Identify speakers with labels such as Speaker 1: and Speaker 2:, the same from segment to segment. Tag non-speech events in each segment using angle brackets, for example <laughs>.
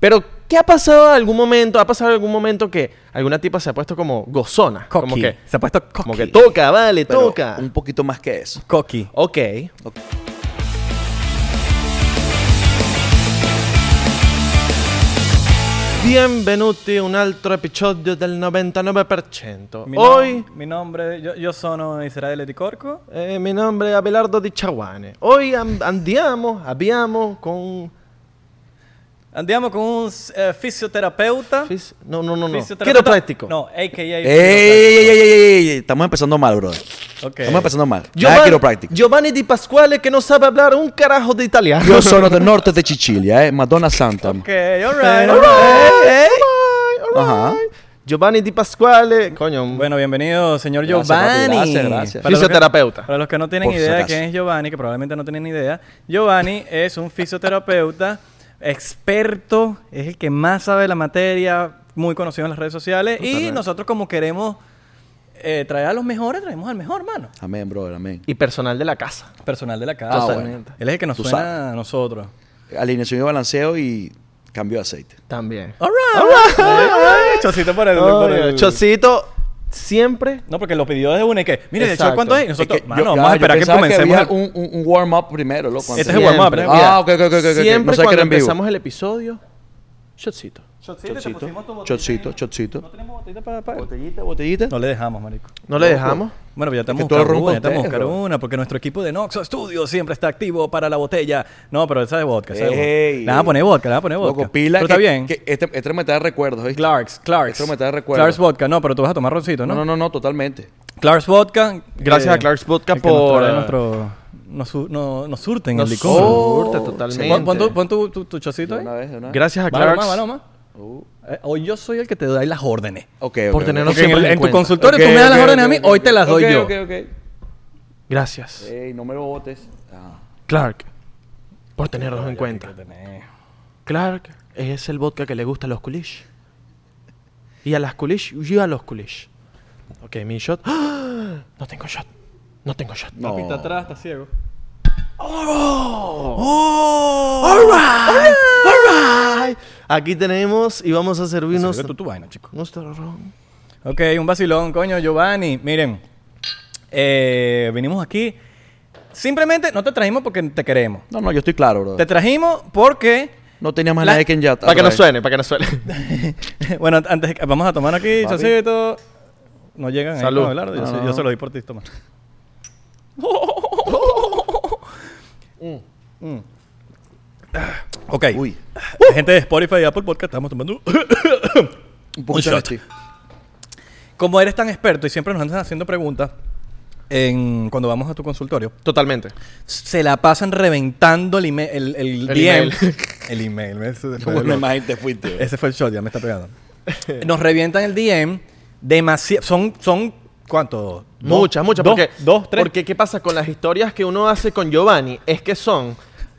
Speaker 1: Pero, ¿qué ha pasado algún momento? ¿Ha pasado algún momento que alguna tipa se ha puesto como gozona? Como
Speaker 2: Cocky.
Speaker 1: que,
Speaker 2: Se ha puesto cocky.
Speaker 1: como que toca, vale,
Speaker 3: Pero
Speaker 1: toca.
Speaker 3: Un poquito más que eso.
Speaker 2: Cocky.
Speaker 1: Ok. Benvenuti a un altro episodio del 99%.
Speaker 4: Mi
Speaker 1: Hoy,
Speaker 4: nom- mi nombre, yo, yo sono Israele Di Corco.
Speaker 1: eh, mi nombre è Abelardo Di Chaguane. Hoy an- andiamo, abbiamo con...
Speaker 4: Andiamo con un eh, fisioterapeuta.
Speaker 1: fis- No, no, no, no.
Speaker 4: Fisioterapeuta-
Speaker 1: Quiero práctico.
Speaker 4: No, a.k.a.
Speaker 3: Ey, ey, ey, ey, ey, Estamos empezando mal, brother.
Speaker 4: Ok.
Speaker 3: Estamos empezando mal. Nada
Speaker 1: Giovanni,
Speaker 3: quiero práctica.
Speaker 1: Giovanni Di Pasquale che non sa parlare un carajo di italiano.
Speaker 3: Yo soy
Speaker 1: <laughs>
Speaker 3: del norte de Chichilia, eh. Madonna Santa.
Speaker 4: Ok, alright.
Speaker 1: Eh, alright,
Speaker 3: Ajá.
Speaker 1: alright. Giovanni Di Pasquale, coño, un
Speaker 4: Bueno, bienvenido, señor
Speaker 3: Gracias,
Speaker 4: Giovanni.
Speaker 3: papi, gracias, gracias.
Speaker 4: Para los que-
Speaker 1: Fisioterapeuta.
Speaker 4: para los que no tienen
Speaker 3: Por si
Speaker 4: idea de
Speaker 3: acaso.
Speaker 4: quién es Giovanni, que probablemente no tienen ni idea, Giovanni es un fisioterapeuta experto, es el que más sabe de la materia, muy conocido en las redes sociales. Y nosotros, como queremos eh, traer a los mejores, traemos al mejor, mano.
Speaker 3: Amén, brother, amén.
Speaker 1: y personal de la casa.
Speaker 4: Personal de la casa.
Speaker 3: Totalmente.
Speaker 4: Él es el que nos
Speaker 3: Ah, Tú
Speaker 4: suena
Speaker 3: sabes.
Speaker 4: a nosotros.
Speaker 3: Alineación y balanceo y cambio de aceite.
Speaker 1: También.
Speaker 4: All right. all right. Chocito por el... por
Speaker 1: Oye,
Speaker 4: el-
Speaker 1: Chocito siempre.
Speaker 4: No, porque lo pidió desde una y que... Mire, de
Speaker 1: Exacto.
Speaker 4: hecho, ¿cuánto es? Y
Speaker 3: Es que
Speaker 4: Nosotros,
Speaker 3: yo-
Speaker 4: mano,
Speaker 3: ya,
Speaker 4: vamos a
Speaker 3: yo
Speaker 4: esperar que
Speaker 3: pensaba
Speaker 4: comencemos.
Speaker 3: había un, un, un warm-up primero, loco. antes.
Speaker 4: Este es el warm-up,
Speaker 1: siempre.
Speaker 4: ¿eh?
Speaker 3: Ah, ok, ok, ok, ok, ok.
Speaker 1: Siempre
Speaker 3: No sé que
Speaker 1: cuando
Speaker 3: era en vivo.
Speaker 1: empezamos el episodio, Chocito.
Speaker 3: Chocito, chocito, chocito.
Speaker 4: tenemos botellita para,
Speaker 3: Botellita, botellita.
Speaker 4: No le dejamos, marico.
Speaker 1: No le dejamos.
Speaker 4: Bueno, pues ya
Speaker 3: que
Speaker 4: estamos
Speaker 3: todo
Speaker 4: buscando
Speaker 3: ronca
Speaker 4: una, ya estamos
Speaker 3: ustedes,
Speaker 4: buscando
Speaker 3: bro.
Speaker 4: una, porque nuestro equipo de Noxo Studio siempre está activo para la botella. No, pero esa es vodka, esa es vodka.
Speaker 3: Ey.
Speaker 4: Le van a poner vodka, le van a poner vodka.
Speaker 3: Loco, pila.
Speaker 4: Pero
Speaker 3: que-
Speaker 4: está bien.
Speaker 3: que Este este me trae recuerdos, ¿viste?
Speaker 4: Clarks, Clarks.
Speaker 3: Esto me está de recuerdo.
Speaker 4: Clarks vodka, no, pero tú vas a tomar roncito, ¿no?
Speaker 3: No, no, no, no, totalmente.
Speaker 4: Clarks vodka.
Speaker 1: Gracias a Clark's Vodka
Speaker 4: Eh, el que nos
Speaker 1: por,
Speaker 4: trae
Speaker 1: eh,
Speaker 4: Nuestro, nos, su- no- nos surten
Speaker 1: Nos
Speaker 4: el licor.
Speaker 1: surte totalmente.
Speaker 4: Pon, pon tu, pon tu- tu- tu chocito
Speaker 3: De
Speaker 4: ahí.
Speaker 3: Una vez, de una vez.
Speaker 1: Gracias a
Speaker 4: Vale,
Speaker 1: Clark's
Speaker 4: mamá, vale, mamá. Eh, Hoy yo soy el que te doy las órdenes.
Speaker 3: Ok, ok,
Speaker 1: por
Speaker 3: ok.
Speaker 1: tenernos
Speaker 4: Porque en,
Speaker 1: siempre
Speaker 4: el-
Speaker 1: en
Speaker 4: en tu
Speaker 1: cuenta.
Speaker 4: consultorio
Speaker 3: Ok,
Speaker 4: tú me das
Speaker 3: ok,
Speaker 4: las
Speaker 3: ok,
Speaker 4: órdenes a mí,
Speaker 3: ok,
Speaker 4: hoy
Speaker 3: ok.
Speaker 4: te las doy
Speaker 3: Ok,
Speaker 4: yo.
Speaker 3: ok, ok.
Speaker 1: Gracias,
Speaker 3: Ey, no me lo botes. Ah.
Speaker 1: Clark, por tenernos en cuenta. Clark es el vodka que le gusta a los culish. Y a las culish, yo a los culish. Ok, mi shot. ¡Ah! No tengo shot. No tengo shot.
Speaker 3: No.
Speaker 4: Está atrás, está ciego.
Speaker 1: Alright, alright. Aquí tenemos y vamos a servirnos
Speaker 4: Sirve tú tu vaina, chico.
Speaker 1: nuestro ron.
Speaker 4: Ok, un vacilón, coño, Giovanni. Miren, eh, vinimos aquí. Simplemente no te trajimos porque te queremos.
Speaker 3: No, no, yo estoy claro, bro.
Speaker 4: Te trajimos porque...
Speaker 3: No tenía más
Speaker 4: La-
Speaker 3: nadie que en Yata.
Speaker 1: Para que no
Speaker 3: suene.
Speaker 1: suene, para que no <laughs> suene.
Speaker 4: <laughs> bueno, antes vamos a tomar aquí,
Speaker 3: Papi.
Speaker 4: chocito. No llegan
Speaker 1: Salud.
Speaker 4: ahí con Abelardo, yo,
Speaker 3: No,
Speaker 4: se-
Speaker 3: no,
Speaker 4: yo
Speaker 3: no.
Speaker 4: se lo di por ti, <laughs> toma. Mm. Ah, Ok.
Speaker 3: Uy.
Speaker 4: Gente de Spotify y Apple Podcast, estamos tomando... <laughs>
Speaker 3: Un
Speaker 4: Un
Speaker 3: poquito
Speaker 4: shot. <laughs>
Speaker 3: de este.
Speaker 4: Como eres tan experto y siempre nos andas haciendo preguntas en, cuando vamos a tu consultorio,
Speaker 1: Totalmente.
Speaker 4: se la pasan reventando el, email- el, el
Speaker 1: El
Speaker 4: DM. <laughs>
Speaker 1: email.
Speaker 4: el email. ese fue
Speaker 3: Bueno,
Speaker 4: el-
Speaker 3: imagen te fuiste.
Speaker 4: Ese fue el shot, ya me está pegando. Nos revientan el DM. Demasiado. Son, son ¿cuánto? Dos-
Speaker 1: Muchas, muchas.
Speaker 4: Dos,
Speaker 1: porque,
Speaker 4: dos, tres.
Speaker 1: Porque, ¿qué pasa con las historias que uno hace con Giovanni? Es que son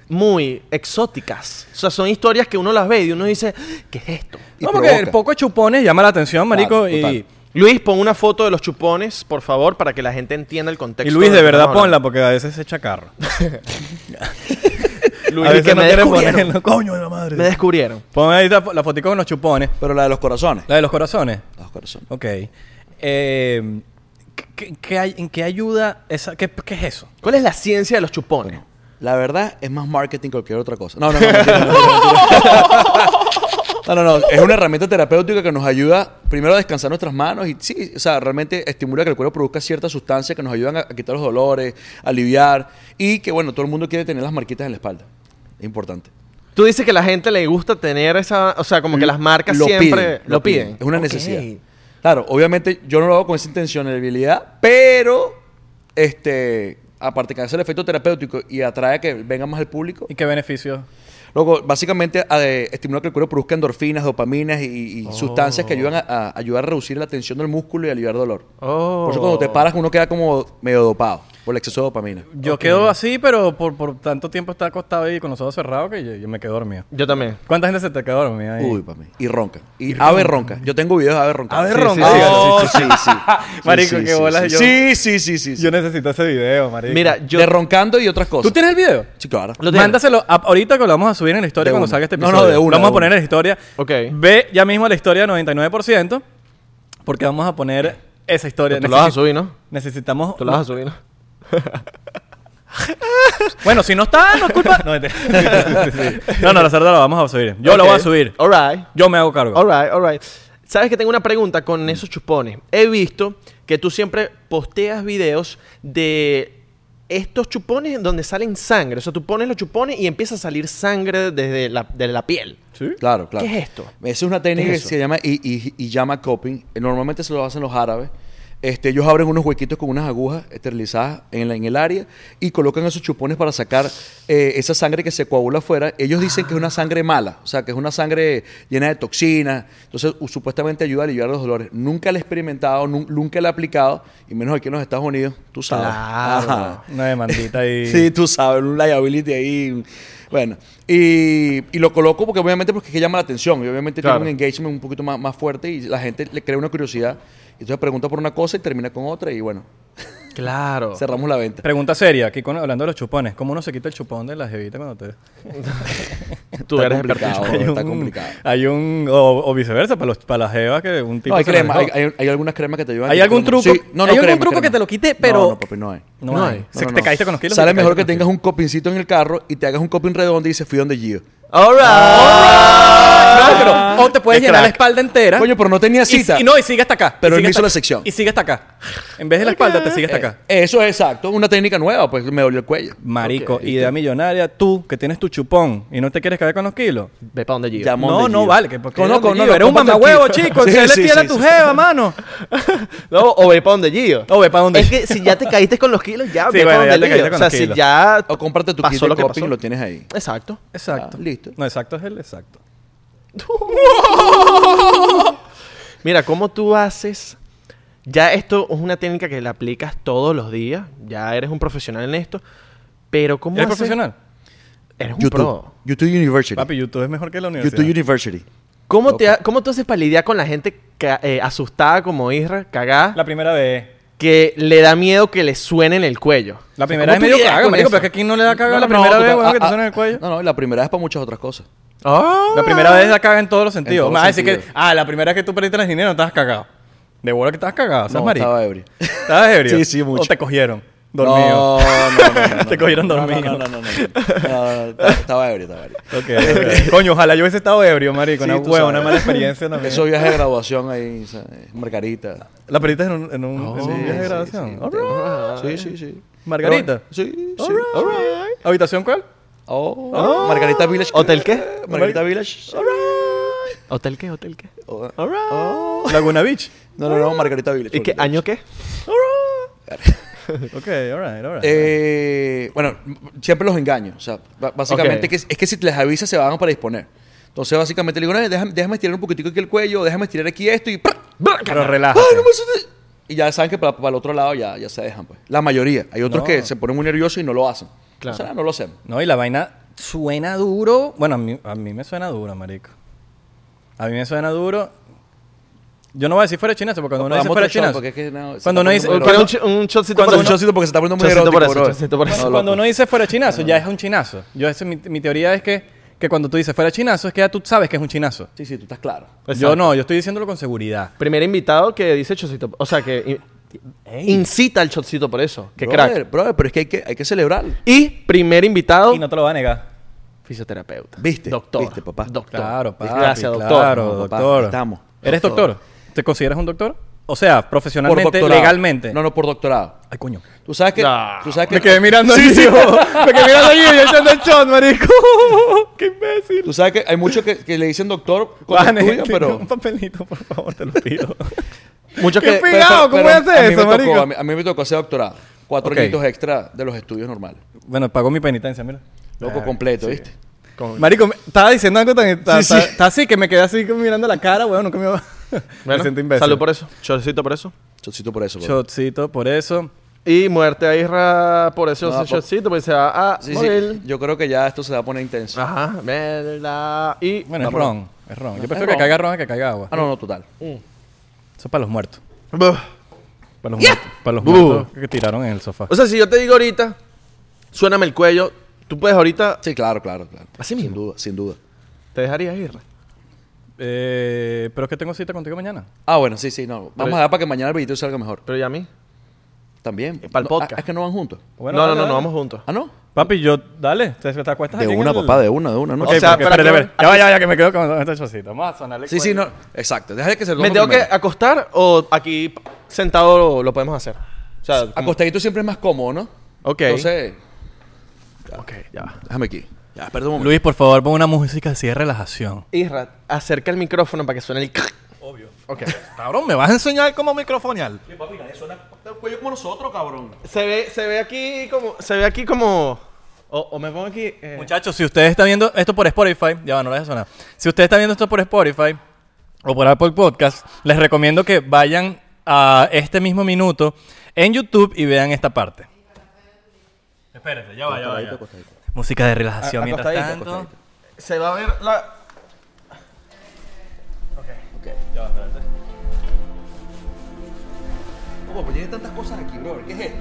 Speaker 1: muy exóticas. O sea, son historias que uno las ve y uno dice, ¿qué es esto?
Speaker 4: no,
Speaker 3: y
Speaker 4: porque
Speaker 3: provoca.
Speaker 4: el poco de chupones llama la atención, marico.
Speaker 3: Claro,
Speaker 4: y,
Speaker 3: total.
Speaker 1: Luis, pon una foto de los chupones, por favor, para que la gente entienda el contexto.
Speaker 4: y Luis,
Speaker 1: lo
Speaker 4: de
Speaker 1: que
Speaker 4: verdad,
Speaker 1: estamos
Speaker 4: ponla,
Speaker 1: hablando.
Speaker 4: porque a veces se echa carro.
Speaker 1: Luis,
Speaker 4: a veces
Speaker 1: que me
Speaker 4: quieren
Speaker 1: descubrieron.
Speaker 4: ponerlo. <laughs> Coño de la madre.
Speaker 1: Me descubrieron.
Speaker 4: Pon ahí la, fo- la fotico con los chupones.
Speaker 3: Pero la de los corazones.
Speaker 4: La de los corazones.
Speaker 3: Los corazones.
Speaker 4: Ok. Eh, ¿qué- qué hay- ¿En qué ayuda esa? ¿Qué, qué es eso?
Speaker 1: ¿Cuál es la ciencia de los chupones?
Speaker 3: La verdad es más marketing que cualquier otra cosa. No, no, no. mentira, no, mentira. No, no, no. Es una herramienta terapéutica que nos ayuda primero a descansar nuestras manos y sí, o sea, realmente estimula que el cuerpo produzca ciertas sustancias que nos ayudan a, a quitar los dolores, a aliviar y que, bueno, todo el mundo quiere tener las marquitas en la espalda. Es importante.
Speaker 1: Tú dices que la gente le gusta tener esa, o sea, como que las marcas siempre lo piden.
Speaker 3: Es una
Speaker 1: Ok.
Speaker 3: necesidad. Claro, obviamente yo no lo hago con esa intencionalidad, pero este, aparte que hace el efecto terapéutico y atrae a que venga más el público,
Speaker 4: <laughs> ¿Y qué beneficios?
Speaker 3: Luego, básicamente a- eh, estimula que el cuerpo produzca endorfinas, dopaminas y, y sustancias que ayudan a, a ayudar a reducir la tensión del músculo y aliviar dolor.
Speaker 1: Oh.
Speaker 3: Por eso cuando te paras uno queda como medio dopado por el exceso de dopamina.
Speaker 4: Yo quedo así, pero por, por tanto tiempo está acostado y con los ojos cerrados que yo, yo me quedo dormido.
Speaker 1: Yo también.
Speaker 4: ¿Cuánta gente se te quedó dormida ahí?
Speaker 3: Uy, pa' mí. Y ronca. Y, ave ronca. Yo tengo videos de ave ronca.
Speaker 4: Ave
Speaker 3: Sí,
Speaker 4: ronca.
Speaker 3: Sí, sí,
Speaker 4: Oh,
Speaker 3: sí, sí, sí, sí.
Speaker 4: Marico,
Speaker 3: Sí,
Speaker 4: qué
Speaker 3: sí,
Speaker 4: bolas
Speaker 3: sí,
Speaker 4: yo-
Speaker 3: Sí, sí, sí, sí. sí.
Speaker 4: Yo necesito ese video, marico.
Speaker 1: Mira, yo...
Speaker 3: De roncando y otras cosas.
Speaker 4: ¿Tú tienes el video?
Speaker 3: Sí, claro.
Speaker 1: Lo tienes.
Speaker 4: Mándaselo a- ahorita que lo vamos a subir en la historia
Speaker 3: De
Speaker 4: cuando
Speaker 3: una.
Speaker 4: salga este
Speaker 3: No, no,
Speaker 4: episodio.
Speaker 3: de una,
Speaker 4: Lo vamos
Speaker 3: de
Speaker 4: a poner
Speaker 3: una.
Speaker 4: en la historia.
Speaker 1: Ok.
Speaker 4: Ve ya mismo la historia 99%, porque vamos a poner esa historia.
Speaker 1: Tú lo vas a
Speaker 4: Necesi-
Speaker 1: subir, ¿no?
Speaker 4: Necesitamos...
Speaker 1: Tú lo vas a subir, ¿no?
Speaker 4: Bueno, si no está, no
Speaker 1: <laughs>
Speaker 4: es culpa... No, <laughs> este- sí, sí. no, no, la cerda la vamos a subir. Yo la
Speaker 1: Ok.
Speaker 4: voy a subir.
Speaker 1: All right.
Speaker 4: Yo me hago cargo.
Speaker 1: All right, all right. Sabes que tengo una pregunta con esos chupones. He visto que tú siempre posteas videos de estos chupones donde salen sangre. O sea, tú pones los chupones y empieza a salir sangre desde la, de la piel.
Speaker 3: Claro, claro.
Speaker 1: ¿Qué es esto?
Speaker 3: Esa es una técnica
Speaker 1: ¿Qué es
Speaker 3: que
Speaker 1: eso?
Speaker 3: se llama y, y, y llama coping. Eh, Normalmente se lo hacen los árabes. Este, ellos abren unos huequitos con unas agujas esterilizadas en, la- en el área y colocan esos chupones para sacar eh, esa sangre que se coagula afuera. Ellos dicen que
Speaker 1: Ah.
Speaker 3: es una sangre mala, o sea, que es una sangre llena de toxinas. Entonces, u- supuestamente ayuda a aliviar los dolores. Nunca la he experimentado, nun- nunca la he aplicado, y menos aquí en los Estados Unidos, tú sabes.
Speaker 1: Claro.
Speaker 3: Ajá.
Speaker 4: Una demandita ahí.
Speaker 3: Sí, tú sabes, un liability ahí. Bueno, y, y lo coloco porque obviamente porque es que llama la atención. Y obviamente
Speaker 1: Claro.
Speaker 3: tiene un engagement un poquito más, más fuerte y la gente le crea una curiosidad. Entonces pregunta por una cosa y termina con otra y bueno,
Speaker 1: Claro.
Speaker 3: cerramos la venta.
Speaker 4: Pregunta seria, aquí con- hablando de los chupones. ¿Cómo uno se quita el chupón de la jevita cuando te...
Speaker 1: Tú
Speaker 3: Está
Speaker 1: eres experto. en
Speaker 4: <laughs>
Speaker 3: complicado,
Speaker 1: chupones.
Speaker 3: Ah, está complicado.
Speaker 4: Hay un... O, o viceversa, para, los, para las jevas que un tipo...
Speaker 3: No, hay
Speaker 4: se las
Speaker 3: crema, hay,
Speaker 4: dejó.
Speaker 3: hay- hay algunas cremas que te ayudan.
Speaker 4: ¿Hay
Speaker 3: Yo
Speaker 4: algún
Speaker 3: creo-
Speaker 4: truco?
Speaker 3: Sí, no, no,
Speaker 4: ¿Hay algún
Speaker 3: crema,
Speaker 4: truco que
Speaker 3: crema.
Speaker 4: te lo quite, pero-
Speaker 3: No, no, papi, no hay.
Speaker 4: No,
Speaker 1: No
Speaker 4: hay.
Speaker 1: hay.
Speaker 4: Se-
Speaker 3: No, no,
Speaker 4: te
Speaker 3: no.
Speaker 4: caíste con los kilos.
Speaker 3: Sale
Speaker 4: te
Speaker 3: mejor que
Speaker 4: caíste con
Speaker 3: tengas un copincito en el carro y te hagas un copin redondo y dices, fui donde Gio.
Speaker 1: All right.
Speaker 4: los kilos.
Speaker 1: Claro,
Speaker 4: Ah, o te puedes
Speaker 1: Qué
Speaker 4: llenar la
Speaker 1: crack.
Speaker 4: espalda entera.
Speaker 3: Ah, Coño, pero no tenía cita.
Speaker 4: Y, y no, y sigue hasta acá.
Speaker 3: Pero
Speaker 4: Y
Speaker 3: él
Speaker 4: sigue
Speaker 3: hizo
Speaker 4: hasta-
Speaker 3: la sección.
Speaker 4: Y sigue hasta acá. En vez de la espalda, te sigue hasta acá.
Speaker 3: Eh, eso es exacto, una técnica nueva, pues me dolió el cuello.
Speaker 4: Marico,
Speaker 3: Ok,
Speaker 4: idea millonaria, tú que tienes tu chupón y no te quieres caer con los kilos.
Speaker 1: Ve para donde Gio.
Speaker 3: Llamó. Monte
Speaker 4: No, no
Speaker 3: Gio.
Speaker 4: vale, que porque
Speaker 3: Conozco,
Speaker 4: Monte
Speaker 3: no,
Speaker 4: Gio,
Speaker 3: lo
Speaker 4: eres un
Speaker 3: comparte aquí.
Speaker 4: mamahuevo, chico,
Speaker 3: <laughs> Sí,
Speaker 4: se le
Speaker 3: sí,
Speaker 4: fiel a
Speaker 3: sí,
Speaker 4: tu
Speaker 3: sí. Ah,
Speaker 4: jeva, mano.
Speaker 1: No, o ve para donde Gio.
Speaker 4: O ve para donde
Speaker 1: Es
Speaker 4: Gio.
Speaker 1: que si ya te caíste con los kilos, ya
Speaker 4: <laughs> Sí,
Speaker 1: ve
Speaker 4: bueno,
Speaker 1: para
Speaker 4: ya
Speaker 1: donde Gio.
Speaker 4: te caíste con
Speaker 1: O sea,
Speaker 4: los
Speaker 1: si
Speaker 4: kilos.
Speaker 1: ya
Speaker 3: O cómprate tu kit
Speaker 1: pasó
Speaker 3: de
Speaker 1: lo que
Speaker 3: coping y
Speaker 1: pasó.
Speaker 3: lo tienes ahí.
Speaker 1: Exacto.
Speaker 4: Exacto.
Speaker 3: Ah, listo.
Speaker 4: No, exacto es el exacto.
Speaker 1: <laughs> Mira, ¿cómo tú haces? Ya esto es una técnica que la aplicas todos los días. Ya eres un profesional en esto. Pero ¿cómo
Speaker 4: ¿Eres
Speaker 1: haces?
Speaker 4: profesional?
Speaker 1: Eres un
Speaker 3: YouTube.
Speaker 1: pro.
Speaker 3: YouTube University.
Speaker 4: Papi, YouTube es mejor que la universidad.
Speaker 3: YouTube University.
Speaker 1: ¿Cómo, te ha- ¿Cómo tú haces para lidiar con la gente ca- eh, asustada como Isra, cagada,
Speaker 4: La primera vez.
Speaker 1: que le da miedo que le suene en el cuello?
Speaker 4: La primera
Speaker 1: ¿Cómo
Speaker 4: vez
Speaker 1: tú
Speaker 4: medio
Speaker 1: lidias
Speaker 4: caga,
Speaker 1: con
Speaker 4: marico,
Speaker 1: eso?
Speaker 4: pero es que aquí no le da caga
Speaker 3: No, no,
Speaker 4: la primera
Speaker 3: no,
Speaker 4: vez,
Speaker 3: tú-
Speaker 4: weón, que
Speaker 3: ah,
Speaker 4: te
Speaker 3: ah,
Speaker 4: suena en el cuello.
Speaker 3: No, no, la primera vez para muchas otras cosas.
Speaker 1: Ah.
Speaker 4: La primera vez la caga en todos los sentidos.
Speaker 3: todos
Speaker 4: Me vas a decir que,
Speaker 3: sentidos.
Speaker 4: ah, la primera vez que tú perdiste el dinero, estabas cagado. De bola que estabas cagado, seas
Speaker 3: no,
Speaker 4: marico.
Speaker 3: estaba ebrio.
Speaker 4: ¿Estabas ebrio?
Speaker 3: Sí, sí, mucho.
Speaker 4: ¿O te cogieron?
Speaker 3: No,
Speaker 4: Dormido.
Speaker 3: no, no, no, no,
Speaker 4: <laughs> Te cogieron
Speaker 3: no, no,
Speaker 4: dormido.
Speaker 3: No, no, no, no. no. No, no, Estaba ebrio, estaba ebrio. <laughs>
Speaker 4: Ok, ok. Coño, ojalá yo hubiese estado ebrio, marico.
Speaker 3: Sí,
Speaker 4: una
Speaker 3: tú
Speaker 4: hueva,
Speaker 3: sabes.
Speaker 4: una mala experiencia también.
Speaker 3: Esos viajes de graduación ahí, ¿sabes? Margarita.
Speaker 4: ¿La perdiste en un, en un, en un
Speaker 3: Sí,
Speaker 4: Oh, viaje de
Speaker 3: sí,
Speaker 4: graduación?
Speaker 3: sí,
Speaker 4: All
Speaker 3: te-
Speaker 4: right.
Speaker 3: Sí, sí, sí.
Speaker 4: ¿Margarita?
Speaker 3: Sí, sí.
Speaker 4: All right.
Speaker 3: All right.
Speaker 4: ¿Habitación cuál?
Speaker 3: Oh, Margarita Village.
Speaker 1: ¿Hotel qué?
Speaker 3: Margarita Village. All right.
Speaker 1: ¿Hotel qué? ¿Hotel qué?
Speaker 3: Oh,
Speaker 1: All right.
Speaker 4: Laguna Beach.
Speaker 3: No, no, no, Margarita Village.
Speaker 1: ¿Y qué?
Speaker 3: Margarita
Speaker 1: ¿Año qué?
Speaker 4: Ok, all right, all right.
Speaker 3: Eh, bueno, m- siempre los engaño. O sea, ba- básicamente
Speaker 1: Ok.
Speaker 3: que es, es que si les avisas se van para disponer. Entonces, básicamente le digo, no, déjame, déjame estirar un poquitico aquí el cuello, déjame estirar aquí esto y. ¡prr!
Speaker 4: Pero
Speaker 3: ¡Ah,
Speaker 4: relájate.
Speaker 3: no me asustes! Y ya saben que para, el otro lado ya, ya se dejan, pues. La mayoría. Hay otros
Speaker 4: No.
Speaker 3: que se ponen muy nerviosos y no lo hacen.
Speaker 1: Claro.
Speaker 3: O sea, no lo hacen.
Speaker 4: No, y la vaina suena duro. Bueno, a mí, a mí me suena duro, marico. A mí me suena duro. Yo no voy a decir fuera de chinazo, porque cuando uno
Speaker 3: Vamos
Speaker 4: dice
Speaker 3: a
Speaker 4: fuera de
Speaker 3: otro shot,
Speaker 4: chinazo.
Speaker 3: porque es que no, se
Speaker 4: cuando
Speaker 3: está
Speaker 4: uno dice.
Speaker 3: poniendo
Speaker 1: Pero
Speaker 3: Pero
Speaker 1: un, ch- un shotcito
Speaker 4: cuando
Speaker 1: para
Speaker 3: un
Speaker 1: eso.
Speaker 3: chocito porque se está poniendo muy
Speaker 1: Chocito
Speaker 3: erótico,
Speaker 1: por eso,
Speaker 3: brother.
Speaker 1: chocito por eso.
Speaker 3: No, loco.
Speaker 4: cuando
Speaker 3: Ah.
Speaker 4: uno dice fuera de chinazo, ya es un chinazo. Yo, esa es mi, mi teoría es que, que cuando tú dices fuera de chinazo, es que ya tú sabes que es un chinazo.
Speaker 3: Sí, sí, tú estás claro.
Speaker 4: Yo no, yo estoy diciéndolo con seguridad.
Speaker 1: Primer invitado que dice chocito. O sea, que in- incita al chocito por eso. Que
Speaker 3: brother,
Speaker 1: crack.
Speaker 3: brother, pero es que hay que, hay que celebrar.
Speaker 1: Y primer
Speaker 3: Oh.
Speaker 1: invitado,
Speaker 4: Y no te lo va a negar.
Speaker 1: fisioterapeuta.
Speaker 3: ¿Viste?
Speaker 1: Doctor.
Speaker 3: ¿Viste, papá?
Speaker 1: Doctor.
Speaker 4: Claro, papi,
Speaker 1: Gracias, doctor.
Speaker 4: Claro,
Speaker 3: No, papá,
Speaker 4: doctor.
Speaker 3: estamos.
Speaker 4: ¿Eres
Speaker 3: Doctor.
Speaker 4: doctor? ¿Te consideras un doctor? O sea, profesionalmente,
Speaker 3: doctorado.
Speaker 4: legalmente.
Speaker 3: No, no, por doctorado.
Speaker 4: Ay, coño.
Speaker 3: Tú sabes que.
Speaker 1: No.
Speaker 3: Tú sabes que
Speaker 4: Me quedé mirando allí.
Speaker 1: <laughs>
Speaker 3: <laughs>
Speaker 4: Me quedé mirando allí y echando el shot, marico. Qué imbécil.
Speaker 3: Tú sabes que hay muchos que, que le dicen doctor con
Speaker 4: Vane,
Speaker 3: el tuyo,
Speaker 4: <laughs> tiene
Speaker 3: pero.
Speaker 4: Un papelito, por favor, te lo pido.
Speaker 1: Muchos
Speaker 3: <laughs>
Speaker 4: Qué
Speaker 1: que.
Speaker 4: pe- pegado, ¿cómo voy a hacer
Speaker 3: mí
Speaker 4: eso,
Speaker 3: me tocó,
Speaker 4: marico?
Speaker 3: a, mí, a mí me tocó hacer doctorado. Cuatro
Speaker 4: Ok.
Speaker 3: añitos extra de los estudios normales.
Speaker 4: <laughs> bueno, pagó mi penitencia, mira.
Speaker 3: Loco completo, ¿viste?
Speaker 4: Marico, me- estaba diciendo algo tan... Está
Speaker 3: Sí, sí.
Speaker 4: así que me quedé así como mirando la cara, weón. Nunca me <laughs> iba... me
Speaker 1: Bueno,
Speaker 4: siento imbécil.
Speaker 1: Salud por eso. Chocito por eso.
Speaker 3: Chocito por eso, bro.
Speaker 4: Shotcito, por eso.
Speaker 1: Y muerte a Isra por eso
Speaker 3: No,
Speaker 1: ese chocito, porque se va a
Speaker 3: Sí,
Speaker 1: morir.
Speaker 3: sí. Yo creo que ya esto se va a poner intenso.
Speaker 1: Ajá, verdad. Y.
Speaker 4: Bueno, es
Speaker 3: Vámonos.
Speaker 4: ron. Es ron. Yo
Speaker 3: Es
Speaker 4: prefiero que
Speaker 3: ron.
Speaker 4: caiga ron a que caiga agua.
Speaker 3: Ah, no, no, total.
Speaker 4: Eso es para los muertos.
Speaker 1: Mm. Buh.
Speaker 4: Para los
Speaker 1: Yeah.
Speaker 4: muertos. Para los
Speaker 1: Buh.
Speaker 4: muertos que tiraron en el sofá.
Speaker 1: O sea, si yo te digo ahorita, suéname el cuello, Tú puedes ahorita.
Speaker 3: Sí, claro, claro, claro.
Speaker 1: Así
Speaker 3: Sin
Speaker 1: mismo.
Speaker 3: duda, sin duda.
Speaker 1: ¿Te dejarías ir?
Speaker 4: Eh, pero es que tengo cita contigo mañana.
Speaker 3: Ah, bueno, sí, sí, no. Vamos
Speaker 1: Pero-
Speaker 3: a dejar para que mañana el billete salga mejor.
Speaker 1: Pero ya a mí.
Speaker 3: También.
Speaker 1: Eh, pa'l
Speaker 3: No,
Speaker 1: podcast.
Speaker 3: ah, es que no van juntos.
Speaker 4: Bueno,
Speaker 1: no,
Speaker 4: dale,
Speaker 1: no, no,
Speaker 4: dale.
Speaker 1: no, vamos juntos.
Speaker 3: Ah, ¿no?
Speaker 4: Papi, yo, dale, te, te acuestas
Speaker 3: De
Speaker 4: aquí en
Speaker 3: una,
Speaker 4: el-
Speaker 3: papá, de una, de una. No,
Speaker 1: Ok,
Speaker 4: o
Speaker 3: Sí,
Speaker 4: sea,
Speaker 1: porque-
Speaker 4: espérate,
Speaker 1: pero-
Speaker 4: espérate. Ya va, ya va, que me quedo con esta chocita. Vamos a sonarle
Speaker 3: sí, sí,
Speaker 4: cuello.
Speaker 3: no. Exacto. Deja que se
Speaker 1: ¿Me
Speaker 3: duerma
Speaker 1: tengo que
Speaker 3: primero.
Speaker 1: acostar o aquí sentado lo, lo podemos hacer? O sea, como-
Speaker 3: Acostadito siempre es más cómodo, ¿no?
Speaker 1: Ok.
Speaker 3: Entonces,
Speaker 1: Ok, ya va.
Speaker 3: déjame aquí. Ya, perdón un momento.
Speaker 4: Luis, por favor, pon una música así de relajación.
Speaker 1: Isra, acerca el micrófono para que suene el.
Speaker 4: Obvio.
Speaker 1: Ok.
Speaker 4: Cabrón, ¿me vas a enseñar cómo microfonear?
Speaker 3: Papi, nadie suena el cuello como nosotros, cabrón.
Speaker 1: <laughs> se, ve, se ve aquí como. Se ve aquí como. O, o me pongo aquí. eh,
Speaker 4: Muchachos, si ustedes están viendo esto por Spotify, ya va, no lo dejes sonar. Si ustedes están viendo esto por Spotify o por Apple Podcast, les recomiendo que vayan a este mismo minuto en YouTube y vean esta parte. Espérense, ya va, ya va. ya. Música de relajación
Speaker 1: A-
Speaker 4: mientras
Speaker 1: acostadito,
Speaker 4: tanto.
Speaker 1: acostadito. Se va a ver la.
Speaker 3: ¿Cómo? Pues tiene tantas cosas aquí, bro. ¿Qué es esto?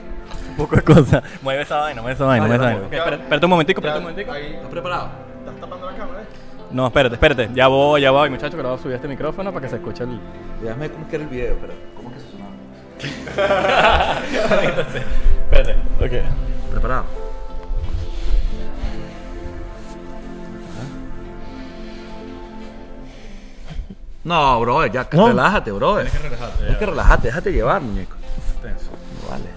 Speaker 4: Un poco de cosa. Mueve esa vaina, mueve esa vaina,
Speaker 3: Ah,
Speaker 4: mueve esa
Speaker 3: ya la
Speaker 4: vaina.
Speaker 3: muevo.
Speaker 4: Ok, espera- espérate un momentico, espérate un momentico.
Speaker 1: Ahí.
Speaker 3: ¿Estás preparado?
Speaker 1: Estás tapando la cámara, eh.
Speaker 4: No, espérate, espérate. Ya voy, ya voy, muchachos, que lo voy a subir a este micrófono para que se escuche el... <laughs>
Speaker 3: Déjame cómo es que era el video, pero ¿cómo es que se sonaba?
Speaker 4: Entonces, espérate. Ok.
Speaker 3: ¿Preparado? ¿Ah? No, bro, ya
Speaker 1: No.
Speaker 3: relájate, bro. Tienes que relajarte. Tienes que relajarte, déjate llevar, muñeco. No Vale.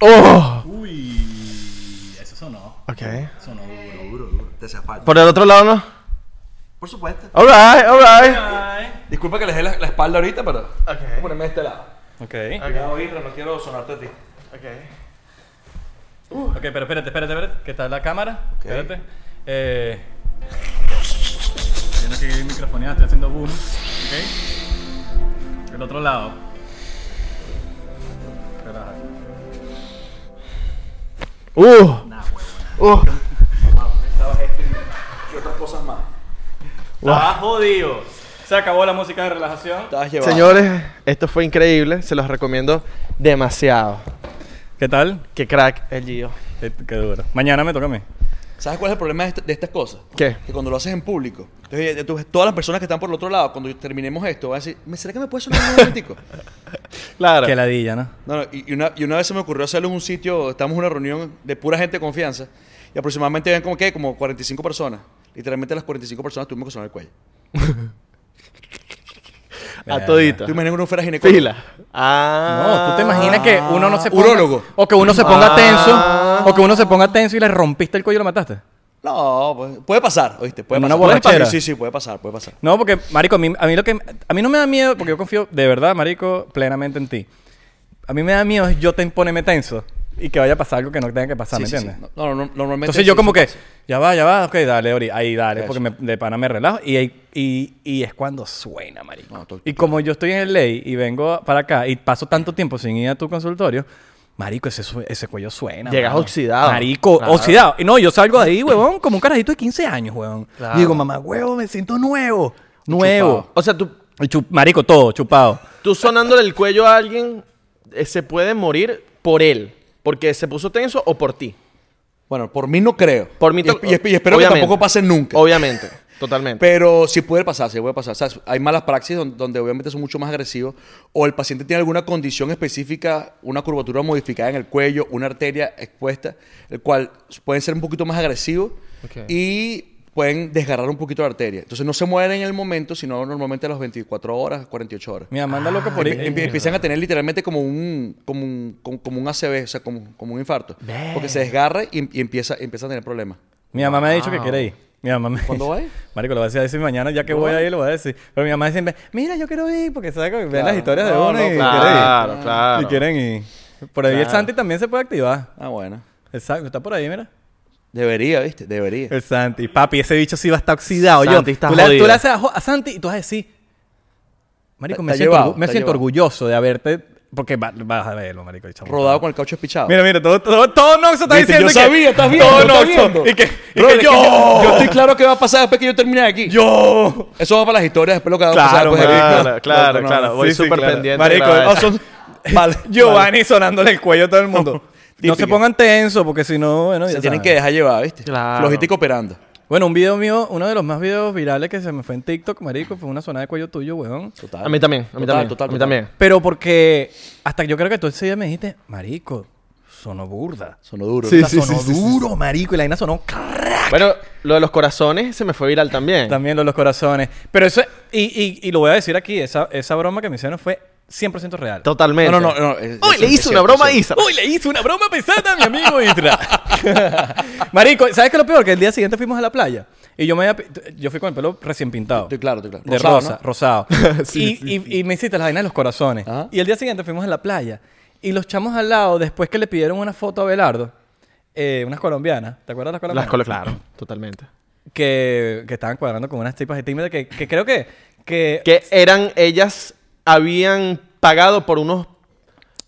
Speaker 1: ¡Oh!
Speaker 4: Uy, eso sonó.
Speaker 1: Ok.
Speaker 4: Sonó duro.
Speaker 3: Duro, duro. Te hace falta.
Speaker 1: Por el otro lado, ¿no?
Speaker 3: Por supuesto.
Speaker 1: Alright, alright.
Speaker 3: Disculpa que les dé la, la espalda ahorita, pero.
Speaker 1: Ok.
Speaker 3: Voy a ponerme de este lado.
Speaker 4: Ok.
Speaker 3: Cuidado, Irra, no quiero sonarte a ti.
Speaker 1: Ok.
Speaker 4: Ok, pero espérate, espérate, espérate. ¿Qué tal la cámara?
Speaker 3: Ok.
Speaker 4: Espérate. Eh. Viendo que microfonía, estoy haciendo boom. Ok. Del otro lado. Relájate.
Speaker 1: Uh. Uh.
Speaker 3: Estabas este y otras cosas más.
Speaker 4: ¡Ah, jodido! Se acabó la música de relajación.
Speaker 3: Estabas llevado.
Speaker 1: Señores, esto fue increíble. Se los recomiendo demasiado.
Speaker 4: ¿Qué tal?
Speaker 1: Qué crack el Gio.
Speaker 4: Qué, duro. Mañana me toca a mí.
Speaker 3: ¿Sabes cuál es el problema de, este- de estas cosas?
Speaker 1: ¿Qué?
Speaker 3: Que cuando lo haces en público, entonces, ya tú ves todas las personas que están por el otro lado, cuando terminemos esto, van a decir, "¿Me- ¿será que me puede sonar un
Speaker 4: <laughs>
Speaker 3: momentico?
Speaker 1: Claro.
Speaker 4: Qué ladilla, ¿no?
Speaker 3: No, no, y, y una, y una vez se me ocurrió hacerlo en un sitio, estábamos en una reunión de pura gente de confianza, y aproximadamente ven como que, como 45 personas. Literalmente las 45 personas tuvimos que sonar el cuello.
Speaker 1: A todita.
Speaker 3: ¿Tú imaginas que uno fuera ginecólogo?
Speaker 1: Fila. Ah.
Speaker 4: No, tú te imaginas que uno no se ponga
Speaker 3: Urólogo.
Speaker 4: o que uno se ponga
Speaker 1: Ah.
Speaker 4: tenso, o que uno se ponga tenso y le rompiste el cuello y lo mataste.
Speaker 3: No, pues, puede pasar, ¿oíste? Puede
Speaker 4: En
Speaker 3: pasar.
Speaker 4: una borrachera.
Speaker 3: Sí, sí, puede pasar, puede pasar.
Speaker 4: No, porque marico, a mí, a mí lo que a mí no me da miedo porque yo confío de verdad, marico, plenamente en ti. A mí me da miedo es yo te ponerme tenso y que vaya a pasar algo que no tenga que pasar,
Speaker 3: Sí,
Speaker 4: ¿me
Speaker 3: sí, sí.
Speaker 4: entiendes?
Speaker 3: No, no, no, normalmente...
Speaker 4: Entonces
Speaker 3: sí,
Speaker 4: yo como
Speaker 3: sí
Speaker 4: que
Speaker 3: pasa.
Speaker 4: ya va, ya va, ok, dale, Ori, ahí dale,
Speaker 3: Eso.
Speaker 4: porque me- de pana me relajo y, ahí- y, y es cuando suena, marico.
Speaker 3: No, to-
Speaker 4: y como yo estoy en el ley y vengo para acá y paso tanto tiempo sin ir a tu consultorio, marico, ese, su- ese cuello suena.
Speaker 1: Llegas
Speaker 4: mano.
Speaker 1: oxidado.
Speaker 4: Marico,
Speaker 1: Claro.
Speaker 4: oxidado. Y no, yo salgo de ahí, huevón, como un carajito de 15 años, huevón.
Speaker 1: Claro.
Speaker 4: Y digo, mamá, huevo, me siento nuevo. Nuevo.
Speaker 1: O sea, tú,
Speaker 4: Y chup- marico, todo, chupado.
Speaker 1: tú sonándole el cuello a alguien, eh, se puede morir por él. Porque se puso tenso o por ti.
Speaker 3: Bueno, por mí no creo.
Speaker 1: Por mí
Speaker 3: Y, esp- y esp- y espero que
Speaker 1: obviamente.
Speaker 3: tampoco pase nunca.
Speaker 1: Obviamente. Totalmente.
Speaker 3: Pero sí puede pasar, sí puede pasar. O sea, hay malas praxis don- donde, obviamente son mucho más agresivos o el paciente tiene alguna condición específica, una curvatura modificada en el cuello, una arteria expuesta, el cual pueden ser un poquito más agresivos
Speaker 1: Ok.
Speaker 3: y pueden desgarrar un poquito la arteria. Entonces no se mueren en el momento, sino normalmente a las 24 horas, 48 horas.
Speaker 4: Mira, manda loco por
Speaker 3: Empie-
Speaker 4: ahí.
Speaker 3: empie- empiezan a tener literalmente como un como un, como, como un ACV, o sea, como, como un infarto.
Speaker 1: Ver.
Speaker 3: Porque se desgarra y, y empieza, empieza a tener problemas.
Speaker 4: Mi mamá me ha dicho que
Speaker 1: Wow.
Speaker 4: quiere ir. Mi mamá me
Speaker 3: ¿Cuándo
Speaker 4: dice-
Speaker 3: va?
Speaker 4: Marico, lo voy a decir- a decir mañana, ya que voy ahí, lo voy a decir. Pero mi mamá siempre, mira, yo quiero ir, porque sabe que ven las historias de
Speaker 3: No,
Speaker 4: uno
Speaker 3: no,
Speaker 4: y,
Speaker 1: claro,
Speaker 4: quiere ir.
Speaker 1: claro.
Speaker 4: y quieren ir. Por ahí el
Speaker 1: Claro.
Speaker 4: Santi también se puede activar.
Speaker 3: Ah, bueno.
Speaker 4: Exacto, está por ahí, mira.
Speaker 3: Debería, ¿viste? Debería.
Speaker 4: El Santi. Papi, ese bicho sí va a estar oxidado. yo.
Speaker 1: Santi está
Speaker 4: tú, le, tú
Speaker 1: jodido.
Speaker 4: le haces a, jo- a Santi y tú vas a decir, Marico,
Speaker 3: Está-
Speaker 4: me
Speaker 3: está
Speaker 4: siento,
Speaker 3: llevado,
Speaker 4: orgu- me
Speaker 3: está
Speaker 4: siento
Speaker 3: llevado.
Speaker 4: orgulloso de haberte. Porque va- vas a verlo, Marico. el chamo.
Speaker 3: Rodado con el caucho espichado.
Speaker 4: Mira, mira, todo, todo, todo Noxo está
Speaker 3: Viste,
Speaker 4: diciendo.
Speaker 3: yo
Speaker 4: que-
Speaker 3: sabía, estás viendo,
Speaker 4: Todo
Speaker 3: estás
Speaker 4: Noxo.
Speaker 3: viendo.
Speaker 4: Y que, y
Speaker 3: Bro,
Speaker 4: que
Speaker 3: es que
Speaker 4: yo,
Speaker 3: yo, yo estoy claro que va a pasar después que yo termine aquí.
Speaker 4: yo.
Speaker 3: Eso va para las historias, después lo que va a pasar
Speaker 4: Claro,
Speaker 3: después de aquí.
Speaker 1: marico. claro, claro. Voy súper pendiente de <laughs>
Speaker 4: Marico,
Speaker 1: grabar
Speaker 4: oh,
Speaker 1: eso.
Speaker 4: <laughs>
Speaker 1: <laughs>
Speaker 4: son- Giovanni sonándole el cuello a todo el mundo. No se
Speaker 3: Típica.
Speaker 4: pongan tenso porque si no, bueno, ya
Speaker 3: Se tienen
Speaker 4: saben.
Speaker 3: que dejar llevar, ¿viste?
Speaker 1: Claro.
Speaker 3: Flojitico operando.
Speaker 4: Bueno, un video mío, uno de los más videos virales que se me fue en TikTok, marico, fue una zona de cuello tuyo, weón.
Speaker 3: Total.
Speaker 1: A mí también, a mí
Speaker 3: Total,
Speaker 1: también.
Speaker 3: total,
Speaker 1: a mí
Speaker 3: total.
Speaker 1: también.
Speaker 4: Pero porque hasta yo creo que tú ese día me dijiste, marico, sonó burda.
Speaker 3: Sonó duro.
Speaker 4: O sea, sonó duro, marico, y la vaina sonó crack.
Speaker 1: Bueno, lo de los corazones se me fue viral también.
Speaker 4: También lo de los corazones. Pero eso, y, y, y lo voy a decir aquí, esa, esa broma que me hicieron fue 100% real.
Speaker 1: Totalmente.
Speaker 3: No, no, no. no, es-
Speaker 1: Uy,
Speaker 3: es-
Speaker 1: le
Speaker 3: es
Speaker 1: hizo una
Speaker 3: cierto,
Speaker 1: broma a
Speaker 3: es
Speaker 1: Isa.
Speaker 4: Uy, le hice una broma pesada a mi amigo Isra. <laughs> Marico, ¿sabes qué es lo peor? Que el día siguiente fuimos a la playa. Y yo me había pi- yo fui con el pelo recién pintado.
Speaker 3: Estoy claro, estoy claro.
Speaker 4: De
Speaker 3: Rosado,
Speaker 4: rosa,
Speaker 3: ¿no?
Speaker 4: rosado.
Speaker 1: Sí,
Speaker 4: y, y- y me hiciste las vainas de los corazones.
Speaker 3: Ajá.
Speaker 4: Y el día siguiente fuimos a la playa. Y los chamos al lado, después que le pidieron una foto a Belardo, eh, unas colombianas, ¿te acuerdas de las colombianas?
Speaker 1: Las colo- claro, totalmente.
Speaker 4: que, que estaban cuadrando con unas tipas de Tinder que, que creo que... que-
Speaker 1: Que eran ellas, habían pagado por unos.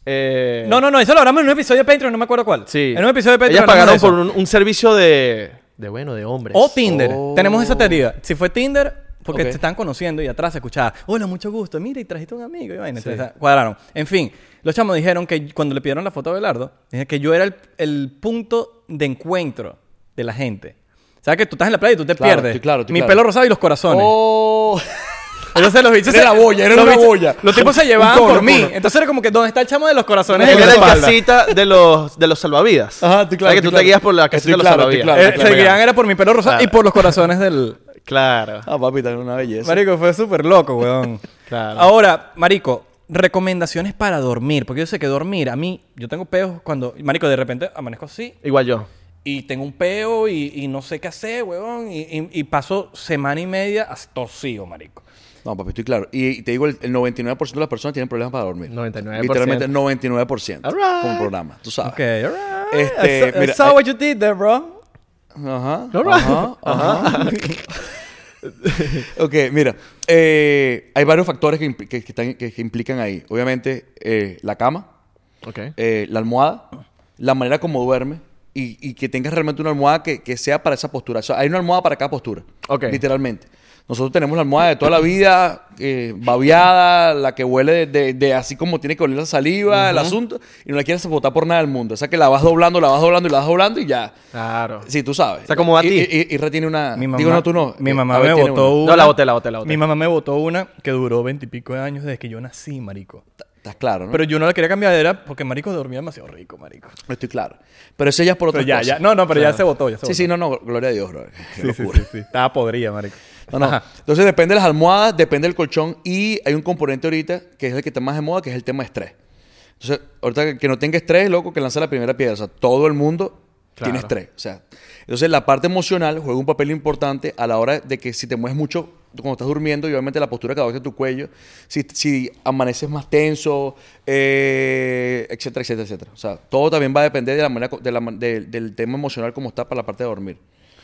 Speaker 1: eh,
Speaker 4: No, no, no, eso lo hablamos en un episodio de Patreon, no me acuerdo cuál.
Speaker 1: Sí.
Speaker 4: En un episodio de Patreon.
Speaker 1: Ellas
Speaker 4: hablamos de
Speaker 1: pagaron
Speaker 4: eso.
Speaker 1: por un, un servicio de. De bueno, de hombres.
Speaker 4: O Tinder.
Speaker 3: Oh.
Speaker 4: Tenemos esa teoría. Si fue Tinder, porque
Speaker 3: Ok.
Speaker 4: te están conociendo y atrás se escuchaba, hola, mucho gusto, mira, y trajiste un amigo. Y vaina. Entonces, ah, cuadraron. En fin, los chamos dijeron que cuando le pidieron la foto a Belardo, dijeron que yo era el, el punto de encuentro de la gente. O sea, que tú estás en la playa y tú te
Speaker 3: Claro,
Speaker 4: pierdes.
Speaker 3: estoy claro, estoy
Speaker 4: Mi
Speaker 3: claro.
Speaker 4: pelo rosado y los corazones.
Speaker 3: Oh.
Speaker 4: Entonces los bichos
Speaker 3: Era
Speaker 4: se-
Speaker 3: la boya, era
Speaker 4: los
Speaker 3: una
Speaker 4: bichos-
Speaker 3: boya.
Speaker 4: Los tipos se
Speaker 3: Un
Speaker 4: llevaban
Speaker 3: cono,
Speaker 4: por
Speaker 3: un
Speaker 4: mí.
Speaker 3: cono.
Speaker 4: Entonces era como que, ¿dónde está el chamo de los corazones?
Speaker 1: Era
Speaker 4: En la
Speaker 1: la
Speaker 4: espalda.
Speaker 1: casita de los, de los salvavidas.
Speaker 3: Ajá, estoy claro,
Speaker 1: O sea, que
Speaker 3: estoy
Speaker 1: tú
Speaker 3: claro.
Speaker 1: te guías por la casita
Speaker 3: Estoy
Speaker 1: de los
Speaker 3: claro, estoy
Speaker 1: salvavidas.
Speaker 3: claro,
Speaker 4: Eh,
Speaker 3: estoy
Speaker 4: se
Speaker 3: claro.
Speaker 4: guiaban era por mi pelo rosado
Speaker 1: Claro.
Speaker 4: y por los corazones del,
Speaker 1: Claro.
Speaker 3: Ah, papi, también una belleza.
Speaker 4: Marico, fue súper loco, <laughs> weón.
Speaker 1: Claro.
Speaker 4: Ahora, Marico, recomendaciones para dormir. Porque yo sé que dormir, a mí, yo tengo peos cuando. Marico, de repente amanezco así
Speaker 1: Igual yo.
Speaker 4: y tengo un peo y, y no sé qué hacer, weón. Y, y- y paso semana y media as- torcido, Marico.
Speaker 3: No, papi, estoy claro. Y, y te digo, el, el 99% de las personas tienen problemas para dormir.
Speaker 1: 99%.
Speaker 3: Literalmente 99%.
Speaker 1: All right.
Speaker 3: Como programa, tú sabes.
Speaker 4: Ok, alright.
Speaker 3: Este,
Speaker 4: I saw, I
Speaker 3: mira,
Speaker 4: saw
Speaker 3: hay-
Speaker 4: what you did there, bro.
Speaker 3: Ajá.
Speaker 1: All right.
Speaker 3: Ajá. Ajá. <laughs> ok, mira. eh, hay varios factores que, impli- que- que están- que- que implican ahí. Obviamente, eh, la cama.
Speaker 1: Ok.
Speaker 3: eh, la almohada, la manera como duerme y, y que tengas realmente una almohada que, que sea para esa postura. O sea, hay una almohada para cada postura.
Speaker 1: Ok.
Speaker 3: Literalmente. Nosotros tenemos la almohada de toda la vida, eh, babeada, la que huele de, de- de así como tiene que oler la saliva, el asunto, y no la quieres botar por nada del mundo. O sea, que la vas doblando, la vas doblando y la vas doblando y ya.
Speaker 1: Claro.
Speaker 3: Sí, tú sabes.
Speaker 1: O sea, como a
Speaker 3: Y-
Speaker 1: ti.
Speaker 3: Y, y- y retiene una...
Speaker 4: Mi mamá,
Speaker 3: Digo, no, tú no.
Speaker 4: Mi
Speaker 3: Eh,
Speaker 4: mamá
Speaker 3: Abel
Speaker 4: me
Speaker 3: tiene
Speaker 4: botó
Speaker 3: una.
Speaker 4: una.
Speaker 1: No, la boté, la boté, la boté.
Speaker 4: Mi mamá me botó una que duró veintipico de años desde que yo nací, Marico.
Speaker 3: Estás claro, ¿no?
Speaker 4: Pero yo no la quería cambiar, era porque Marico dormía demasiado rico, Marico.
Speaker 3: No estoy claro. Pero eso ya es por otra
Speaker 4: Pero ya, ya. No, no, pero ya se votó, ya
Speaker 3: Sí,
Speaker 4: se votó.
Speaker 3: sí, no, no. Gloria a Dios, bro. Qué
Speaker 4: Sí, sí,
Speaker 3: locura.
Speaker 4: sí, sí. <laughs> Estaba podrida, marico.
Speaker 3: No, no.
Speaker 4: Ajá.
Speaker 3: Entonces depende de las almohadas, depende del colchón y hay un componente ahorita que es el que está más de moda, que es el tema de estrés. Entonces, ahorita que- que no tenga estrés, loco, que lanza la primera piedra. O sea, todo el mundo tiene
Speaker 1: Claro.
Speaker 3: estrés. O sea, entonces la parte emocional juega un papel importante a la hora de que si te mueves mucho tú cuando estás durmiendo y obviamente la postura que adopta tu cuello, si, si amaneces más tenso, eh, etcétera, etcétera, etcétera. O sea, todo también va a depender de la manera, co- de la man- de- del tema emocional como está para la parte de dormir.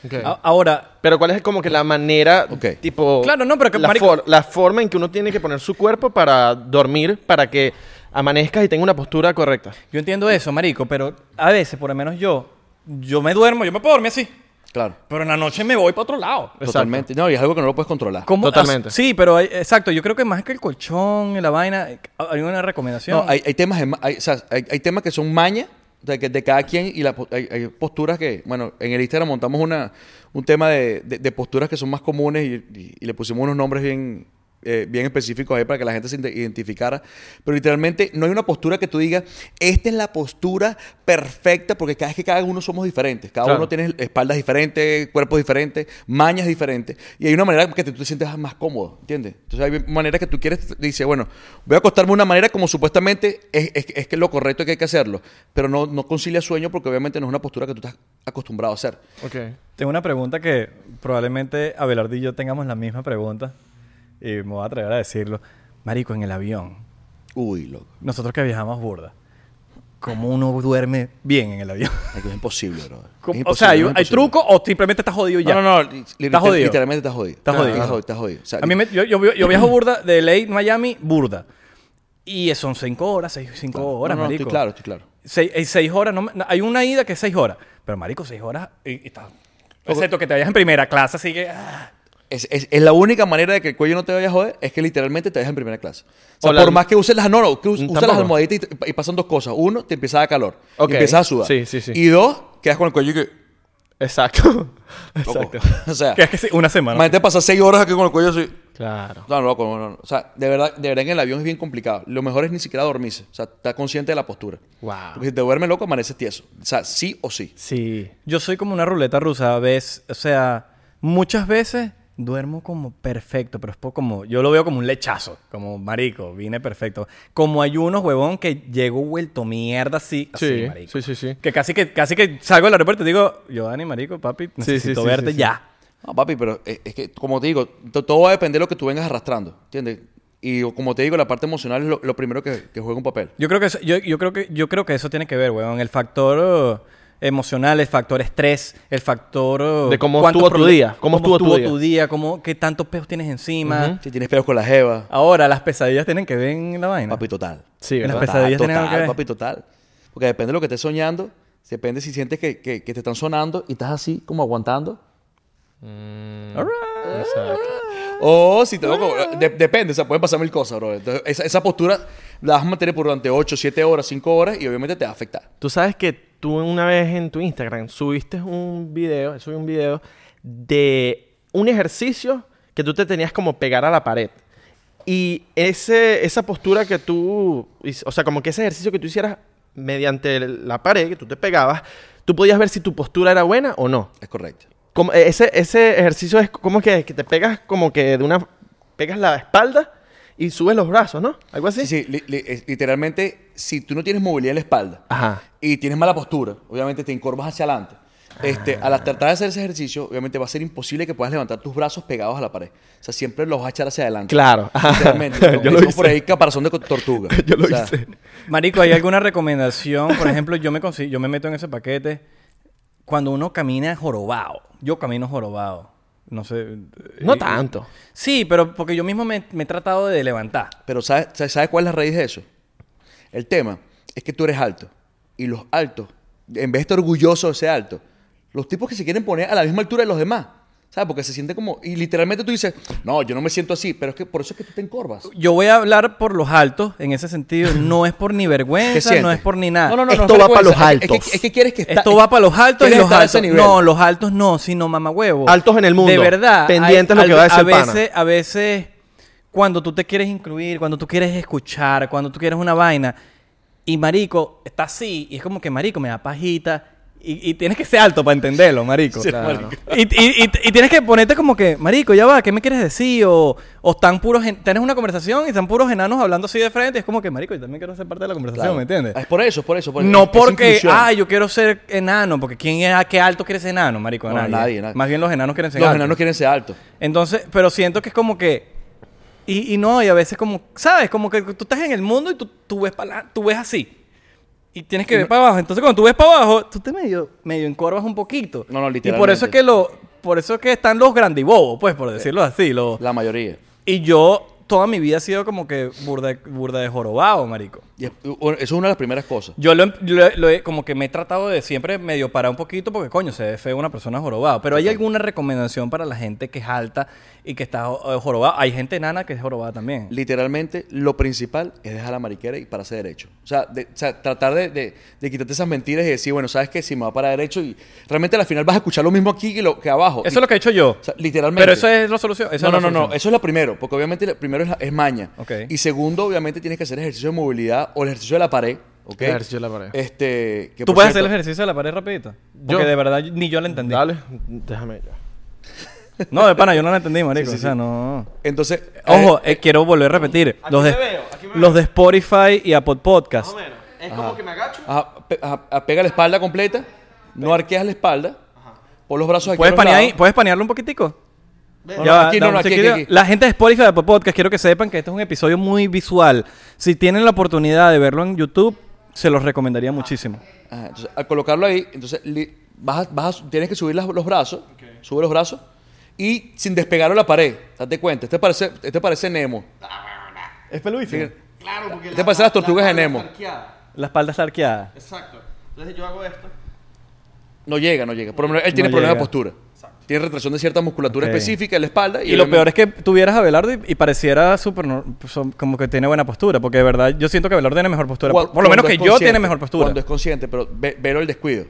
Speaker 1: Ok.
Speaker 4: A- Ahora,
Speaker 1: Pero cuál es como que la manera,
Speaker 3: Ok.
Speaker 1: tipo...
Speaker 4: Claro, no, pero que,
Speaker 1: la,
Speaker 4: marico-
Speaker 1: for- la forma en que uno tiene que poner su cuerpo para dormir, para que amanezcas y tenga una postura correcta.
Speaker 4: yo entiendo eso, marico, pero a veces, por lo menos yo, yo me duermo, yo me puedo dormir así,
Speaker 3: Claro.
Speaker 4: pero en la noche me voy para otro lado.
Speaker 3: Totalmente. No, y es algo que no lo puedes controlar.
Speaker 4: ¿Cómo?
Speaker 1: Totalmente.
Speaker 4: Ah, sí, pero hay- exacto, yo creo que más que el colchón y la vaina, eh, hay una recomendación.
Speaker 3: No, hay, hay temas, en ma- hay, o sea, hay- hay temas que son maña de, que- de cada quien y la po- hay, hay posturas que, bueno, en el Instagram montamos una, un tema de, de- de posturas que son más comunes y, y- y le pusimos unos nombres bien, eh, bien específicos ahí para que la gente se inte- identificara. Pero literalmente no hay una postura que tú digas, esta es la postura perfecta porque cada vez que cada uno somos diferentes. Cada
Speaker 1: Claro.
Speaker 3: uno tiene espaldas diferentes, cuerpos diferentes, mañas diferentes. Y hay una manera que tú te sientes más cómodo, ¿entiendes? Entonces hay maneras que tú quieres, dices, bueno, voy a acostarme de una manera como supuestamente es, es, es que lo correcto que hay que hacerlo. Pero no, no concilia sueño porque obviamente no es una postura que tú estás acostumbrado a hacer.
Speaker 1: Ok.
Speaker 4: Tengo una pregunta que probablemente Abelardo y yo tengamos la misma pregunta y me voy a atrever a decirlo. Marico, en el avión,
Speaker 3: Uy, loco.
Speaker 4: nosotros que viajamos burda, ¿cómo uno duerme bien en el avión?
Speaker 3: Ay, que Es imposible, bro.
Speaker 4: ¿Cómo-
Speaker 3: Es
Speaker 4: o
Speaker 3: imposible,
Speaker 4: sea, hay,
Speaker 3: es
Speaker 4: hay
Speaker 3: imposible.
Speaker 4: truco o simplemente estás jodido ya.
Speaker 3: No, no, no. li-
Speaker 4: Estás jodido.
Speaker 3: Literalmente estás jodido.
Speaker 4: Estás jodido.
Speaker 3: Estás jodido. estás jodido. O sea,
Speaker 4: A mí me- yo, yo-
Speaker 3: <laughs>
Speaker 4: yo viajo burda de LA, Miami, burda. Y son cinco horas, seis, cinco
Speaker 3: claro.
Speaker 4: horas,
Speaker 3: No, no,
Speaker 4: marico.
Speaker 3: Estoy claro, estoy claro.
Speaker 4: Seis, eh, seis horas, no me- no, hay una ida que es seis horas. Pero, marico, seis horas y, y está... Excepto que te vayas en primera clase, así que... ah.
Speaker 3: Es, es- es la única manera de que el cuello no te vaya a joder, es que literalmente te dejes en primera clase. O sea,
Speaker 1: O la- Mm,
Speaker 3: por más que uses las... No, no, que us- usas
Speaker 1: Tampoco.
Speaker 3: las almohaditas y, y pasan dos cosas. Uno, te empieza a dar calor. y
Speaker 1: Ok.
Speaker 3: empiezas a sudar.
Speaker 1: Sí, sí, sí.
Speaker 3: Y dos, quedas con el cuello y que...
Speaker 1: Exacto. <laughs>
Speaker 3: Loco.
Speaker 1: Exacto.
Speaker 3: <laughs>
Speaker 1: <laughs>
Speaker 3: o sea,
Speaker 4: Que es que sí, una semana.
Speaker 3: imagínate pasar seis horas aquí con el cuello así...
Speaker 1: Claro.
Speaker 3: No, no, loco, no, no, no. O sea, de verdad, de verdad que en el avión es bien complicado. Lo mejor es ni siquiera dormirse. O sea, estar consciente de la postura.
Speaker 1: Wow.
Speaker 3: Porque si te duermes loco, amaneces tieso. O sea, sí o sí.
Speaker 1: Sí.
Speaker 4: Yo soy como una ruleta rusa, ves, o sea, muchas veces duermo como perfecto, pero es po- como, yo lo veo como un lechazo, como marico, vine perfecto. Como hay unos huevón que llego vuelto mierda así, así,
Speaker 1: Sí,
Speaker 4: marico.
Speaker 1: sí, sí, sí.
Speaker 4: Que casi que casi que salgo del aeropuerto y digo, yo Dani, marico, papi, necesito
Speaker 1: sí, sí,
Speaker 4: verte
Speaker 1: sí.
Speaker 4: ya.
Speaker 3: No, papi, pero eh, es, es que, como te digo, to- todo va a depender de lo que tú vengas arrastrando. ¿Entiendes? Y como te digo, la parte emocional es lo, lo primero que, que juega un papel.
Speaker 4: Yo creo que eso, yo, yo creo que yo creo que eso tiene que ver, weón. El factor oh, emocional, el factor estrés, el factor oh,
Speaker 1: De cómo
Speaker 4: cuántos
Speaker 1: estuvo tu
Speaker 4: proble-
Speaker 1: día, cómo estuvo tu día.
Speaker 4: cómo qué tantos peos tienes encima.
Speaker 3: Si tienes pedos con la jeva,
Speaker 4: Ahora las pesadillas tienen que ver en la vaina.
Speaker 3: papi, total.
Speaker 1: Sí,
Speaker 4: Las
Speaker 1: ¿verdad?
Speaker 4: pesa- pesadillas tienen
Speaker 3: total,
Speaker 4: algo que ver.
Speaker 3: papi, total. Porque depende de lo que estés soñando. Depende si sientes que, que- que te están sonando y estás así, como aguantando.
Speaker 4: Mm.
Speaker 1: Exacto.
Speaker 3: O si te loco, de- depende, o sea, pueden pasar mil cosas, bro. Entonces, esa, esa postura la vas a mantener por durante 8, 7 horas, 5 horas y obviamente te va a afectar.
Speaker 1: Tú sabes que tú una vez en tu Instagram subiste un video, subí un video de un ejercicio que tú te tenías como pegar a la pared. Y ese, esa postura que tú, hic- o sea, como que ese ejercicio que tú hicieras mediante el- la pared, que tú te pegabas, tú podías ver si tu postura era buena o no.
Speaker 3: Es correcto.
Speaker 1: Como- eh, ese, ese ejercicio es como que, que te pegas como que de una, pegas la espalda y subes los brazos, ¿no? Algo así.
Speaker 3: Sí, sí, li- li- es- literalmente, si tú no tienes movilidad en la espalda
Speaker 1: Ajá.
Speaker 3: y tienes mala postura, obviamente te encorvas hacia adelante. Este,
Speaker 1: Ah.
Speaker 3: Al tratar de hacer ese ejercicio, obviamente va a ser imposible que puedas levantar tus brazos pegados a la pared. O sea, siempre los vas a echar hacia adelante.
Speaker 1: Claro. <laughs>
Speaker 3: Literalmente.
Speaker 1: Yo
Speaker 3: Como
Speaker 1: lo
Speaker 3: decimos
Speaker 1: hice.
Speaker 3: por ahí caparazón de co- tortuga.
Speaker 1: <laughs> Yo lo
Speaker 3: O sea,
Speaker 1: hice.
Speaker 4: Marico, ¿hay alguna recomendación? Por ejemplo, yo me consi- yo me meto en ese paquete cuando uno camina jorobado. Yo camino jorobado. No sé.
Speaker 1: No
Speaker 4: eh,
Speaker 1: tanto.
Speaker 4: Sí, pero porque yo mismo me, me he tratado de levantar.
Speaker 3: Pero ¿sabes sabe, sabe cuál es la raíz de eso? El tema es que tú eres alto. Y los altos, en vez de estar orgulloso de ser alto, los tipos que se quieren poner a la misma altura de los demás. ¿Sabes? Porque se siente como... Y literalmente tú dices, no, yo no me siento así. Pero es que por eso es que tú te encorvas.
Speaker 4: Yo voy a hablar por los altos en ese sentido. No es por ni vergüenza,
Speaker 3: sientes?
Speaker 4: no es por ni nada.
Speaker 1: Esto va
Speaker 3: vergüenza.
Speaker 1: para los
Speaker 3: Es que-
Speaker 1: altos.
Speaker 3: Es que, es que quieres que... está-
Speaker 4: Esto va para los altos y
Speaker 3: quieres
Speaker 4: los
Speaker 3: estar a ese
Speaker 4: altos.
Speaker 3: nivel.
Speaker 4: No, los altos no, sino mamá huevo.
Speaker 1: Altos en el mundo.
Speaker 4: De verdad.
Speaker 1: Pendientes
Speaker 4: hay-
Speaker 1: lo que va a decir el pana.
Speaker 4: veces, a veces, cuando tú te quieres incluir, cuando tú quieres escuchar, cuando tú quieres una vaina, y marico está así, y es como que marico me da pajita. Y, y tienes que ser alto para entenderlo, marico.
Speaker 1: Claro.
Speaker 4: Y, y- y- y tienes que ponerte como que, marico, ya va, ¿qué me quieres decir? O, o están puros, en- tienes una conversación y están puros enanos hablando así de frente. y es como que, marico, yo también quiero ser parte de la conversación,
Speaker 3: Claro.
Speaker 4: ¿me entiendes?
Speaker 3: Es por eso, es por eso. por-
Speaker 4: No
Speaker 3: es
Speaker 4: porque,
Speaker 3: inclusión.
Speaker 4: ah, yo quiero ser enano, porque ¿quién es, a qué alto quieres ser enano, marico?
Speaker 3: No,
Speaker 4: nadie.
Speaker 3: nadie, nadie.
Speaker 4: Más bien los enanos quieren ser
Speaker 3: Los
Speaker 4: altos.
Speaker 3: enanos quieren ser altos.
Speaker 4: Entonces, pero siento que es como que, y, y no, y a veces como, ¿sabes? Como que tú estás en el mundo y tú, tú ves para tú ves así. Y tienes que ver para abajo. Entonces, cuando tú ves para abajo, tú te medio, medio encorvas un poquito.
Speaker 3: No, no,
Speaker 4: Y por eso es
Speaker 3: literalmente.
Speaker 4: que lo, por eso es que están los grandibobos, pues, por decirlo así. Los,
Speaker 3: La mayoría.
Speaker 4: y yo toda mi vida he sido como que burda, de- burda de jorobado, marico.
Speaker 3: Y es- eso es una de las primeras cosas.
Speaker 4: Yo lo, yo lo- lo he- como que me he tratado de siempre medio parar un poquito porque, coño, se ve feo una persona jorobada. Pero ¿hay alguna recomendación para la gente que es alta y que está eh, jorobada? Hay gente nana que es jorobada también.
Speaker 3: Literalmente, lo principal es dejar la mariquera y pararse derecho. O sea, de- o sea, tratar de, de- de quitarte esas mentiras y decir, bueno, ¿sabes qué? Si me va para derecho y realmente al final vas a escuchar lo mismo aquí que, lo, que abajo.
Speaker 4: Eso es lo que he hecho yo.
Speaker 3: O sea, literalmente.
Speaker 4: Pero eso es la solución. Eso
Speaker 3: no,
Speaker 4: es
Speaker 3: no,
Speaker 4: la
Speaker 3: no, no,
Speaker 4: solución.
Speaker 3: eso es lo primero, porque obviamente lo primero es, la- es maña.
Speaker 4: Ok.
Speaker 3: Y segundo, obviamente tienes que hacer ejercicio de movilidad o el ejercicio de la pared, ¿ok?
Speaker 1: El ejercicio de la pared.
Speaker 3: Este, que
Speaker 4: ¿Tú
Speaker 3: por
Speaker 4: puedes hacer
Speaker 3: cierto-
Speaker 4: el ejercicio de la pared rapidito? Porque
Speaker 1: Yo-
Speaker 4: de verdad yo- ni yo lo entendí.
Speaker 1: Dale, déjame yo.
Speaker 4: No, de pana, yo no lo entendí, marico.
Speaker 3: Sí, sí,
Speaker 4: O sea,
Speaker 3: sí.
Speaker 4: no...
Speaker 3: Entonces,
Speaker 4: Ojo,
Speaker 3: eh,
Speaker 4: eh, quiero volver a repetir.
Speaker 1: Aquí
Speaker 4: Los
Speaker 1: me
Speaker 4: de,
Speaker 1: veo, aquí me
Speaker 4: los
Speaker 1: veo.
Speaker 4: de Spotify y Apple Podcast.
Speaker 1: Es como que me agacho.
Speaker 3: ajá, pe- ajá, ajá, pega la espalda completa, no arqueas la espalda, pon los brazos aquí.
Speaker 4: ¿Puedes
Speaker 3: a los
Speaker 4: panear ahí?
Speaker 3: lados.
Speaker 4: ¿Puedes panearlo un poquitico?
Speaker 3: No,
Speaker 4: Ya
Speaker 3: no,
Speaker 4: va,
Speaker 3: aquí no,
Speaker 4: dame
Speaker 3: no,
Speaker 4: un
Speaker 3: aquí,
Speaker 4: seguido.
Speaker 3: aquí, aquí.
Speaker 4: La gente de Spotify de Apple Podcast, quiero que sepan que este es un episodio muy visual. Si tienen la oportunidad de verlo en YouTube, se los recomendaría muchísimo.
Speaker 3: Ajá, entonces, al colocarlo ahí, entonces li- vas a- vas a- tienes que subir las- los brazos, sube los brazos y sin despegarlo de la pared. Date cuenta, este parece, este parece Nemo.
Speaker 4: Es peluísimo.
Speaker 2: Claro, porque
Speaker 3: Te parecen las tortugas de
Speaker 2: tabla
Speaker 3: Nemo.
Speaker 2: está arqueada.
Speaker 4: La espalda está arqueada.
Speaker 2: Exacto. Entonces yo hago esto.
Speaker 3: No llega, no llega. Por lo menos él tiene
Speaker 4: No
Speaker 3: problemas de
Speaker 4: llega.
Speaker 3: postura.
Speaker 2: Exacto.
Speaker 3: Tiene retracción de cierta musculatura
Speaker 4: Ok.
Speaker 3: específica en la espalda.
Speaker 4: Y lo peor es que tuvieras a Velardo y, y pareciera súper nor- so- como que tiene buena postura, porque de verdad yo siento que Velardo tiene mejor postura. por por lo menos que yo tiene mejor postura.
Speaker 3: Cuando es consciente, pero ve- vero el descuido.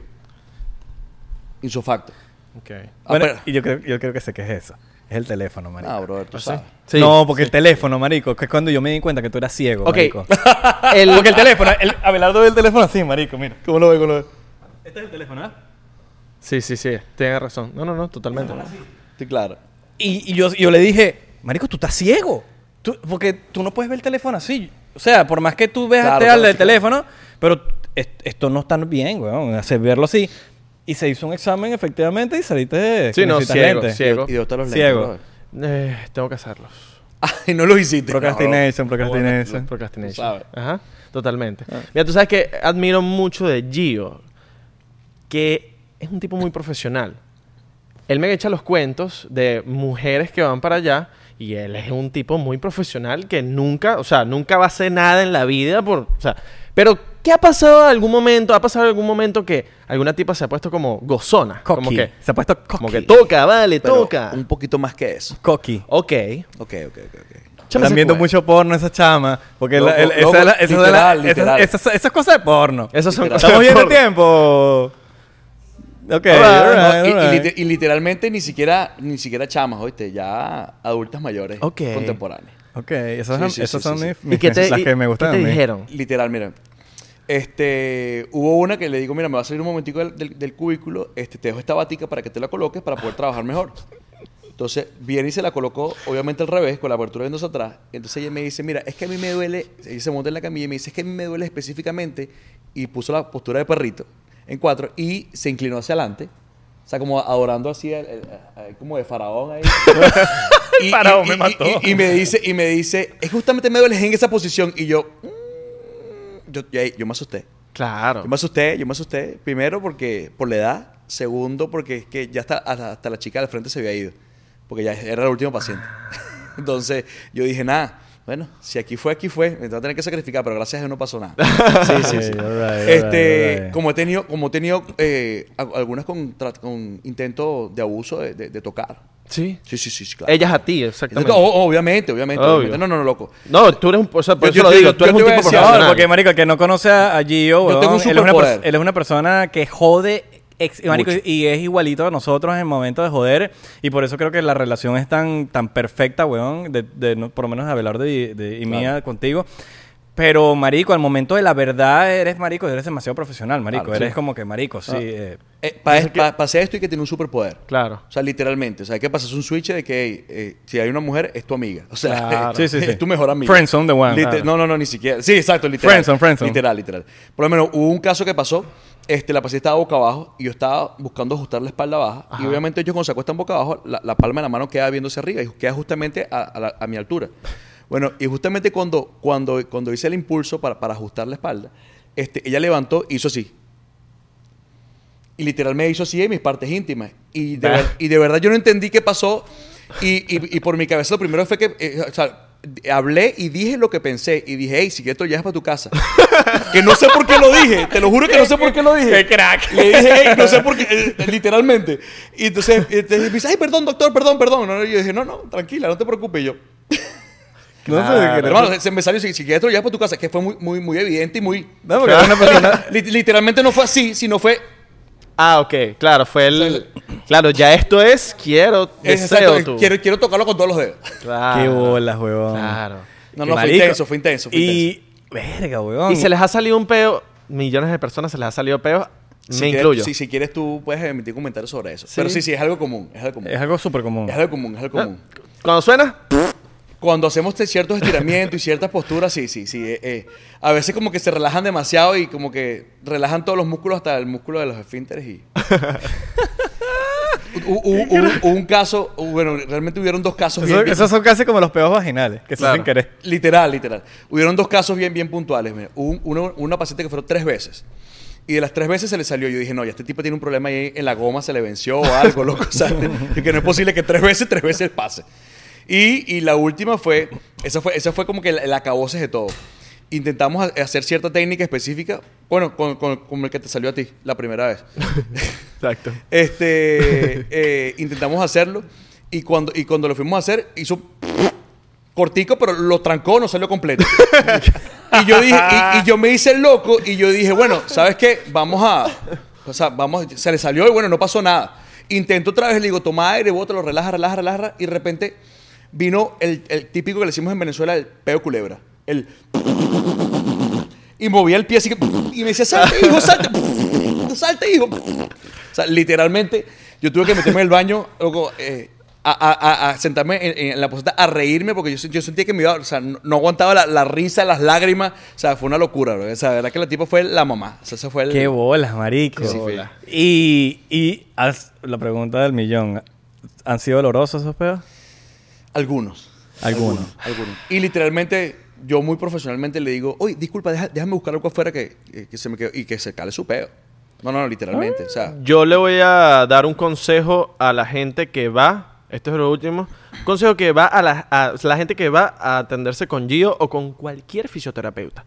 Speaker 3: Insofacto.
Speaker 1: Ok.
Speaker 4: Bueno,
Speaker 3: Ah, pero-
Speaker 4: y yo creo, yo creo que sé qué es eso. Es el teléfono, marico.
Speaker 3: Ah, brother, tú sabes.
Speaker 1: Sí.
Speaker 4: no, porque el teléfono, marico, que es cuando yo me di cuenta que tú eras ciego,
Speaker 1: Ok.
Speaker 4: marico.
Speaker 3: <laughs>
Speaker 4: <laughs>
Speaker 1: El-
Speaker 4: Porque el teléfono, el, Abelardo ve el teléfono así, marico, mira.
Speaker 3: ¿Cómo lo ve? ¿Cómo lo ve?
Speaker 4: Este es el teléfono, ¿ah?
Speaker 1: Sí, sí, sí. Tienes razón. No, no, no, totalmente.
Speaker 3: Sí, claro.
Speaker 4: Y, y yo, yo le dije, marico, tú estás ciego. Tú- porque tú no puedes ver el teléfono así. O sea, por más que tú veas
Speaker 3: Claro,
Speaker 4: al
Speaker 3: claro, sí,
Speaker 4: del teléfono, pero est- esto no está bien, weón. Hacer verlo así. Y se hizo un examen efectivamente y saliste
Speaker 1: Sí,
Speaker 4: que
Speaker 1: no,
Speaker 4: necesitas
Speaker 1: ciego,
Speaker 4: lentes.
Speaker 1: ciego.
Speaker 3: Y de estar los
Speaker 4: Ciego.
Speaker 3: lentes, brother.
Speaker 1: Eh,
Speaker 3: <laughs>
Speaker 1: tengo que hacerlos.
Speaker 3: Ay, no lo hiciste.
Speaker 4: Procrastination, procrastination.
Speaker 1: Procrastination.
Speaker 3: Tú sabes.
Speaker 1: Ajá. Totalmente.
Speaker 3: Ah.
Speaker 1: Mira, tú sabes que admiro mucho de Gio, que es un tipo muy profesional. Él me echa los cuentos de mujeres que van para allá y él es un tipo muy profesional que nunca, o sea, nunca va a hacer nada en la vida por, o sea, pero ¿qué ha pasado en algún momento? ¿Ha pasado en algún momento que alguna tipa se ha puesto como gozona?
Speaker 4: Cocky.
Speaker 1: Como que,
Speaker 4: se ha puesto cocky.
Speaker 1: como que toca, vale,
Speaker 3: Pero
Speaker 1: toca.
Speaker 3: un poquito más que eso.
Speaker 4: Cocky.
Speaker 1: Ok.
Speaker 3: Ok, ok, ok. ok.
Speaker 1: Chama,
Speaker 4: Están
Speaker 1: se
Speaker 4: viendo
Speaker 1: fue.
Speaker 4: mucho porno esas chamas. Porque
Speaker 3: Loco,
Speaker 4: la- el- esa
Speaker 3: loco,
Speaker 4: es la- esa es la-
Speaker 3: literal,
Speaker 4: esa-
Speaker 3: literal.
Speaker 4: esas- esas cosas de porno.
Speaker 1: Esas son
Speaker 3: Literal.
Speaker 1: cosas
Speaker 4: Estamos
Speaker 1: de
Speaker 4: viendo el
Speaker 1: porno.
Speaker 4: tiempo. Ok.
Speaker 3: No,
Speaker 4: alright,
Speaker 3: no, y- y,
Speaker 4: alright.
Speaker 3: liter- y literalmente ni siquiera, ni siquiera chamas, oíste, ya adultas mayores
Speaker 1: Ok.
Speaker 3: contemporáneas.
Speaker 4: Ok, esas,
Speaker 3: Sí,
Speaker 4: son-
Speaker 3: sí,
Speaker 4: esas
Speaker 3: sí,
Speaker 4: son
Speaker 3: sí,
Speaker 4: mis,
Speaker 1: ¿Y
Speaker 4: mis-
Speaker 1: qué te,
Speaker 4: las
Speaker 1: y-
Speaker 4: que me
Speaker 1: qué
Speaker 4: gustan
Speaker 1: te
Speaker 4: a mí.
Speaker 1: dijeron?
Speaker 3: Literal, mira. Este, hubo una que le digo, mira, me va a salir un momentico del, del- del cubículo, este, te dejo esta batica para que te la coloques para poder trabajar mejor. Entonces, viene y se la colocó, obviamente al revés, con la apertura viéndose atrás. Entonces ella me dice, mira, es que a mí me duele, ella se monta en la camilla y me dice, es que a mí me duele específicamente, y puso la postura de perrito en cuatro, y se inclinó hacia adelante, o sea, como adorando así, el- el- el- como de faraón ahí.
Speaker 4: <laughs>
Speaker 3: Y-
Speaker 4: Faraón
Speaker 3: y-
Speaker 4: me
Speaker 3: y-
Speaker 4: mató.
Speaker 3: Y, y me dice, y me dice, es justamente me duele en esa posición, y yo, "Mm", yo, yo, ahí- yo me asusté.
Speaker 1: Claro.
Speaker 3: Yo me asusté, yo me asusté. Primero porque por la edad. Segundo porque es que ya hasta, hasta, hasta la chica del frente se había ido. Porque ya era el último paciente. <laughs> Entonces yo dije, nada, bueno, si aquí fue, aquí fue. Me voy a tener que sacrificar, pero gracias a Dios no pasó nada. Sí, sí, sí.
Speaker 4: Ok, alright,
Speaker 3: este,
Speaker 4: alright, alright.
Speaker 3: Como he tenido, como he tenido eh, a- algunas con, tra- con intento de abuso de, de- de tocar.
Speaker 1: Sí.
Speaker 3: Sí, sí, sí, sí, claro.
Speaker 1: Ellas a ti, exactamente.
Speaker 3: O- obviamente, obviamente,
Speaker 1: Obvio.
Speaker 3: obviamente. No, no, no, loco.
Speaker 1: No, tú eres un... O sea, por
Speaker 3: Yo-
Speaker 1: eso
Speaker 3: yo-
Speaker 1: lo
Speaker 3: yo-
Speaker 1: digo. Tú
Speaker 3: yo
Speaker 1: eres
Speaker 3: te
Speaker 1: un
Speaker 3: voy a
Speaker 1: tipo
Speaker 3: decir
Speaker 4: No,
Speaker 1: profesional.
Speaker 4: porque, marico, el que no conoce a a Gio, weón,
Speaker 3: tengo un
Speaker 4: él, es una
Speaker 3: superpoder.
Speaker 4: pers- él es una persona que jode, ex- marico,
Speaker 3: Mucho.
Speaker 4: y es igualito a nosotros en el momento de joder. Y por eso creo que la relación es tan, tan perfecta, weón, de, de no- por lo menos de Abelardo y, de- y mía contigo. Pero, marico, al momento de la verdad eres, marico, eres demasiado profesional, marico.
Speaker 3: Claro,
Speaker 4: eres
Speaker 3: sí. Ah.
Speaker 4: como que, marico, sí. eh,
Speaker 3: para esto y que tiene un superpoder.
Speaker 1: Claro.
Speaker 3: O sea, literalmente. O sea, hay que pasar un switch de que hey, eh, si hay una mujer, es tu amiga. O sea,
Speaker 1: Claro.
Speaker 3: <laughs>
Speaker 4: Sí, sí, sí.
Speaker 3: es tu mejor amiga.
Speaker 4: Friends on the one.
Speaker 3: Liter-
Speaker 1: Claro.
Speaker 3: No, no, no, ni siquiera. Sí, exacto, literal.
Speaker 4: Friends on, friends on.
Speaker 3: Literal, literal. Por lo menos hubo un caso que pasó. Este, la paciente estaba boca abajo y yo estaba buscando ajustar la espalda baja. Y obviamente ellos cuando se acuestan boca abajo, la, la palma de la mano queda viéndose arriba y queda justamente a, a la- a mi altura. Bueno, y justamente cuando, cuando, cuando hice el impulso para, para ajustar la espalda, este, ella levantó y hizo así. Y literal me hizo así en mis partes íntimas. Y de, ver- y de verdad yo no entendí qué pasó. Y, y- y por mi cabeza lo primero fue que... eh, o sea, d- hablé y dije lo que pensé. Y dije, hey, si quieres te lo llevas para
Speaker 1: <laughs>
Speaker 3: tu casa. que no sé por qué lo dije. Te lo juro que no sé por qué lo dije.
Speaker 4: ¡Qué crack!
Speaker 3: Le dije, hey, no sé por qué... eh, literalmente. Y entonces, entonces me dice, ay, perdón, doctor, perdón, perdón. No, no, yo dije, no, no, tranquila, no te preocupes. Y yo...
Speaker 4: <laughs> no sé,
Speaker 1: Claro.
Speaker 4: que-
Speaker 3: Pero, hermano, se- se me salió, si, si quieres te lo llevas para tu casa. Que fue muy, muy, muy evidente y muy...
Speaker 4: No,
Speaker 3: <laughs>
Speaker 4: porque era una persona-
Speaker 3: Lit- literalmente no fue así, sino fue...
Speaker 1: Ah, ok. Claro, fue el... Claro, ya esto es quiero,
Speaker 3: Exacto,
Speaker 1: deseo tú.
Speaker 3: Quiero, quiero tocarlo con todos los dedos.
Speaker 1: Claro.
Speaker 3: Ah.
Speaker 4: Qué bolas, huevón.
Speaker 1: Claro.
Speaker 3: No,
Speaker 4: Qué
Speaker 3: no, fue
Speaker 4: marico.
Speaker 3: intenso, fue intenso, fue
Speaker 4: y, verga, huevón.
Speaker 1: Y se les ha salido un peo... Millones de personas se les ha salido peo.
Speaker 3: Si
Speaker 1: me
Speaker 3: quieres-
Speaker 1: incluyo.
Speaker 3: Si, si quieres tú puedes emitir comentarios sobre eso. Pero sí, sí, es algo común, es algo común.
Speaker 4: Es
Speaker 3: Es,
Speaker 4: algo súper común.
Speaker 3: algo común, es algo común.
Speaker 1: Cuando suena...
Speaker 3: Cuando hacemos te- ciertos estiramientos y ciertas posturas, sí, sí, sí. eh, eh, a veces como que se relajan demasiado y como que relajan todos los músculos hasta el músculo de los esfínteres
Speaker 4: <laughs>
Speaker 3: y... <laughs> Hu- hu- hu- hubo un caso, hu- bueno, realmente hubieron dos casos
Speaker 4: Eso-
Speaker 3: bien- bien-
Speaker 4: esos son casi como los peos vaginales, que se
Speaker 1: Claro.
Speaker 4: hacen querer.
Speaker 3: Literal, literal. Hubieron dos casos bien, bien puntuales. mira. Hubo un- uno- una paciente que fueron tres veces. Y de las tres veces se le salió. Yo dije, no, ya este tipo tiene un problema ahí en la goma, se le venció o algo, loco. O sea, <laughs> que no es posible que tres veces, tres veces pase. Y, y la última fue, esa fue, esa fue como que el, el acabose de todo. Intentamos ha- hacer cierta técnica específica Bueno, con, con- con el que te salió a ti la primera vez.
Speaker 1: Exacto.
Speaker 3: <laughs> Este, eh, intentamos hacerlo y cuando, y cuando lo fuimos a hacer hizo cortico, pero lo trancó, no salió completo. y yo dije, y, y yo me hice el loco y yo dije, bueno, ¿sabes qué? Vamos a, o sea, vamos, se le salió y bueno, no pasó nada. Intento otra vez, le digo, toma aire, bótalo, relaja, relaja, relaja y de repente vino el, el típico que le hicimos en Venezuela, el peo culebra, el y movía el pie así que y me decía salta hijo <laughs> salta salta hijo o sea literalmente yo tuve que meterme en el baño loco, eh, a, a- a- a sentarme en, en la poseta a reírme porque yo, yo sentía que me iba o sea no, no aguantaba la, la risa las lágrimas o sea fue una locura bro. o sea la verdad que la tipo fue la mamá o sea esa fue el
Speaker 4: Qué bolas, marico.
Speaker 3: Sí, sí, bolas.
Speaker 4: Y, y haz la pregunta del millón. ¿Han sido dolorosos esos peos?
Speaker 3: algunos
Speaker 4: Algunos.
Speaker 3: algunos y literalmente yo muy profesionalmente le digo oye disculpa deja- déjame buscar algo afuera que, eh, que se me quedó y que se cale su peo no no no literalmente o sea
Speaker 1: Yo le voy a dar un consejo a la gente que va, esto es lo último, consejo que va a la, a la gente que va a atenderse con Gio o con cualquier fisioterapeuta.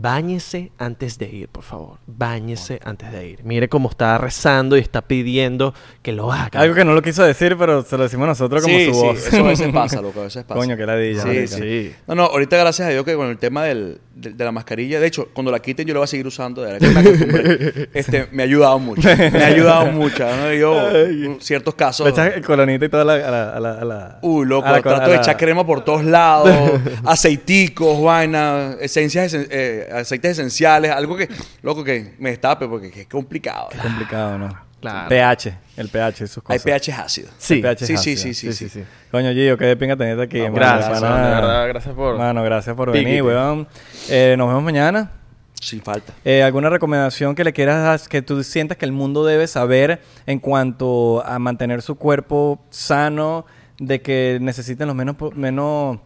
Speaker 1: Báñese antes de ir, por favor. Báñese antes de ir. Mire cómo está rezando y está pidiendo que lo haga.
Speaker 4: Algo que no lo quiso decir, pero se lo decimos nosotros como
Speaker 3: sí,
Speaker 4: su
Speaker 3: sí,
Speaker 4: voz.
Speaker 3: Eso a
Speaker 4: <laughs>
Speaker 3: veces pasa, loco, a veces pasa.
Speaker 4: Coño, qué ladilla,
Speaker 3: Sí,
Speaker 4: marico.
Speaker 1: Sí.
Speaker 3: sí. No, no, ahorita gracias a Dios que con el tema del, de, de la mascarilla, de hecho, cuando la quiten yo la voy a seguir usando, de verdad que me
Speaker 4: <laughs>
Speaker 3: acostumbré. Este, me ha ayudado mucho. Me ha ayudado mucho. ¿no? Yo, en ciertos casos.
Speaker 4: Le echas el colonita y toda la... a la- a la- a la-
Speaker 3: Uy, Uh, loco,
Speaker 4: a la-
Speaker 3: trato
Speaker 4: a
Speaker 3: de
Speaker 4: la-
Speaker 3: echar crema por todos lados,
Speaker 4: <laughs>
Speaker 3: aceiticos, vaina, esencias, esen- eh, aceites esenciales, algo que, loco, que me destape porque es complicado.
Speaker 4: Es complicado, ¿no?
Speaker 1: Claro.
Speaker 4: pH. El pH y sus
Speaker 3: Hay
Speaker 4: cosas.
Speaker 3: pH ácidos.
Speaker 1: Sí.
Speaker 4: El pH
Speaker 3: Sí,
Speaker 4: es
Speaker 3: sí,
Speaker 4: ácido.
Speaker 3: sí, sí, sí.
Speaker 4: Coño, Gio, qué de pinga tenerte aquí. mano,
Speaker 1: gracias,
Speaker 4: de
Speaker 1: mano,
Speaker 4: pana.
Speaker 1: de verdad, gracias por-
Speaker 4: Mano, gracias por
Speaker 1: Piquete.
Speaker 4: venir, weón. Eh, nos vemos mañana.
Speaker 3: Sin falta.
Speaker 4: Eh, ¿Alguna recomendación que le quieras dar, que tú sientas que el mundo debe saber en cuanto a mantener su cuerpo sano, de que necesiten los menos, po- menos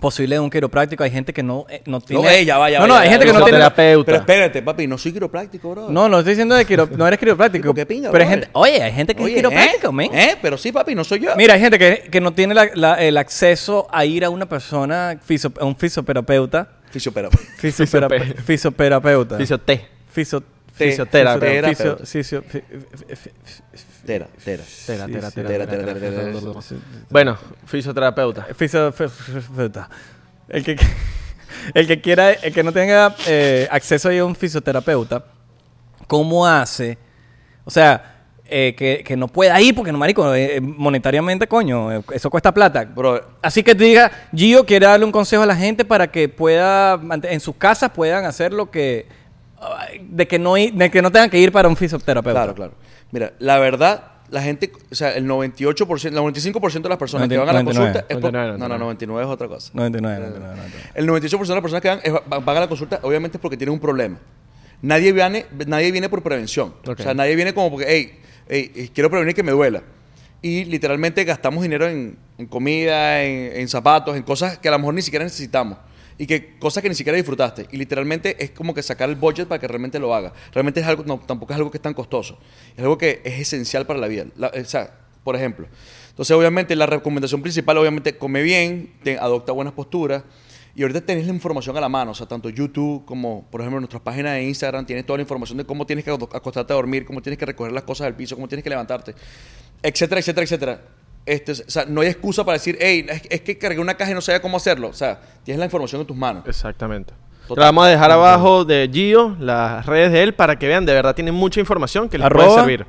Speaker 4: posible de un quiropráctico? Hay gente que no, eh, no tiene...
Speaker 3: No, ey, ya va, ya
Speaker 4: no,
Speaker 3: va,
Speaker 4: no,
Speaker 3: ya
Speaker 4: hay
Speaker 3: va,
Speaker 4: gente que
Speaker 3: ya
Speaker 4: no
Speaker 3: va.
Speaker 4: tiene...
Speaker 1: Terapeuta.
Speaker 3: Pero espérate, papi, no soy quiropráctico, bro.
Speaker 4: No, no estoy diciendo de quiro... no eres quiropráctico.
Speaker 3: Tipo, qué pinga,
Speaker 4: pero hay
Speaker 3: brother.
Speaker 4: gente... Oye, hay gente este que
Speaker 3: Oye,
Speaker 4: es quiropráctico,
Speaker 3: ¿eh?
Speaker 4: men.
Speaker 3: ¿Eh? Pero sí, papi, no soy yo.
Speaker 4: Mira, hay gente que, que no tiene la- la- el acceso a ir a una persona, fisio- a un fisioterapeuta.
Speaker 3: Fisio,
Speaker 4: Fisioperape- Fisioterapeuta.
Speaker 1: Fisioté.
Speaker 4: Fisio-
Speaker 3: Te-
Speaker 1: fisioterapeuta.
Speaker 4: fisio-
Speaker 3: terapeuta.
Speaker 4: fisio- fi- fi- fi- fi-
Speaker 3: Tera, tera.
Speaker 1: Tera, tera,
Speaker 4: sí,
Speaker 1: tera,
Speaker 3: tera,
Speaker 1: tera,
Speaker 3: tera,
Speaker 1: tera,
Speaker 3: tera,
Speaker 1: tera.
Speaker 4: sí,
Speaker 1: Bueno, fisioterapeuta.
Speaker 4: fisio- fi- fi- fi- El que, <laughs> el que quiera, el que no tenga eh, acceso a ir a un fisioterapeuta, ¿cómo hace? O sea, eh, que, que no pueda ir porque no, marico, eh, monetariamente, coño, eh, eso cuesta plata.
Speaker 3: Bro,
Speaker 4: Así que te diga, Gio quiere darle un consejo a la gente para que pueda, mant- en sus casas puedan hacer lo que, ay, de que no, i- de que no tengan que ir para un fisioterapeuta.
Speaker 3: claro, claro. Mira, la verdad, la gente, o sea, el 98%, el 95% de las personas que van a la
Speaker 4: 99.
Speaker 3: consulta es por-
Speaker 1: 99,
Speaker 3: No, no, 99 es otra cosa.
Speaker 4: 99, 99, 99.
Speaker 3: El 98% de las personas que van, es- van van a la consulta, obviamente, es porque tienen un problema. Nadie viene, nadie viene por prevención.
Speaker 1: Ok.
Speaker 3: O sea, nadie viene como porque, hey, quiero prevenir que me duela. Y literalmente gastamos dinero en, en comida, en, en zapatos, en cosas que a lo mejor ni siquiera necesitamos. Y que cosas que ni siquiera disfrutaste. Y literalmente es como que sacar el budget para que realmente lo haga. Realmente es algo, no, tampoco es algo que es tan costoso. Es algo que es esencial para la vida. La- o sea, por ejemplo. Entonces, obviamente, la recomendación principal, obviamente, come bien, te- adopta buenas posturas. Y ahorita tenés la información a la mano, o sea, tanto YouTube como, por ejemplo, nuestra página de Instagram, tienes toda la información de cómo tienes que ado- acostarte a dormir, cómo tienes que recoger las cosas del piso, cómo tienes que levantarte, etcétera, etcétera, etcétera. Este, o sea, no hay excusa para decir, hey, es, es que cargué una caja y no sabía cómo hacerlo. O sea, tienes la información en tus manos.
Speaker 1: Exactamente.
Speaker 3: Total.
Speaker 1: La vamos a dejar abajo de Gio, las redes de él, para que vean, de verdad tiene mucha información que les puede
Speaker 4: Arroba.
Speaker 1: servir.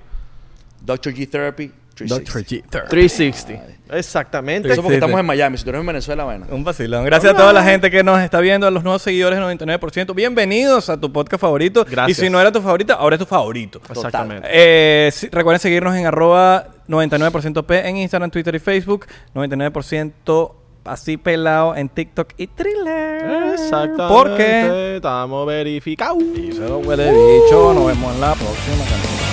Speaker 3: Dr. G Therapy 360.
Speaker 4: Dr. G.
Speaker 1: 360. Exactamente.
Speaker 3: Eso porque
Speaker 4: Existe.
Speaker 3: estamos en Miami, si tú eres en Venezuela, bueno.
Speaker 4: Un vacilón. Gracias a toda la gente que nos está viendo, a los nuevos seguidores, 99%. Bienvenidos a tu podcast favorito.
Speaker 1: Gracias.
Speaker 4: Y si no era tu favorita, ahora es tu favorito.
Speaker 1: Exactamente.
Speaker 4: Eh, sí, recuerden seguirnos en arroba 99% P en Instagram, Twitter y Facebook. 99% así pelado en TikTok y Thriller.
Speaker 1: Exactamente.
Speaker 4: Porque... Uh.
Speaker 1: Estamos verificados.
Speaker 4: Y se lo huele bicho. Nos vemos en la próxima. canción.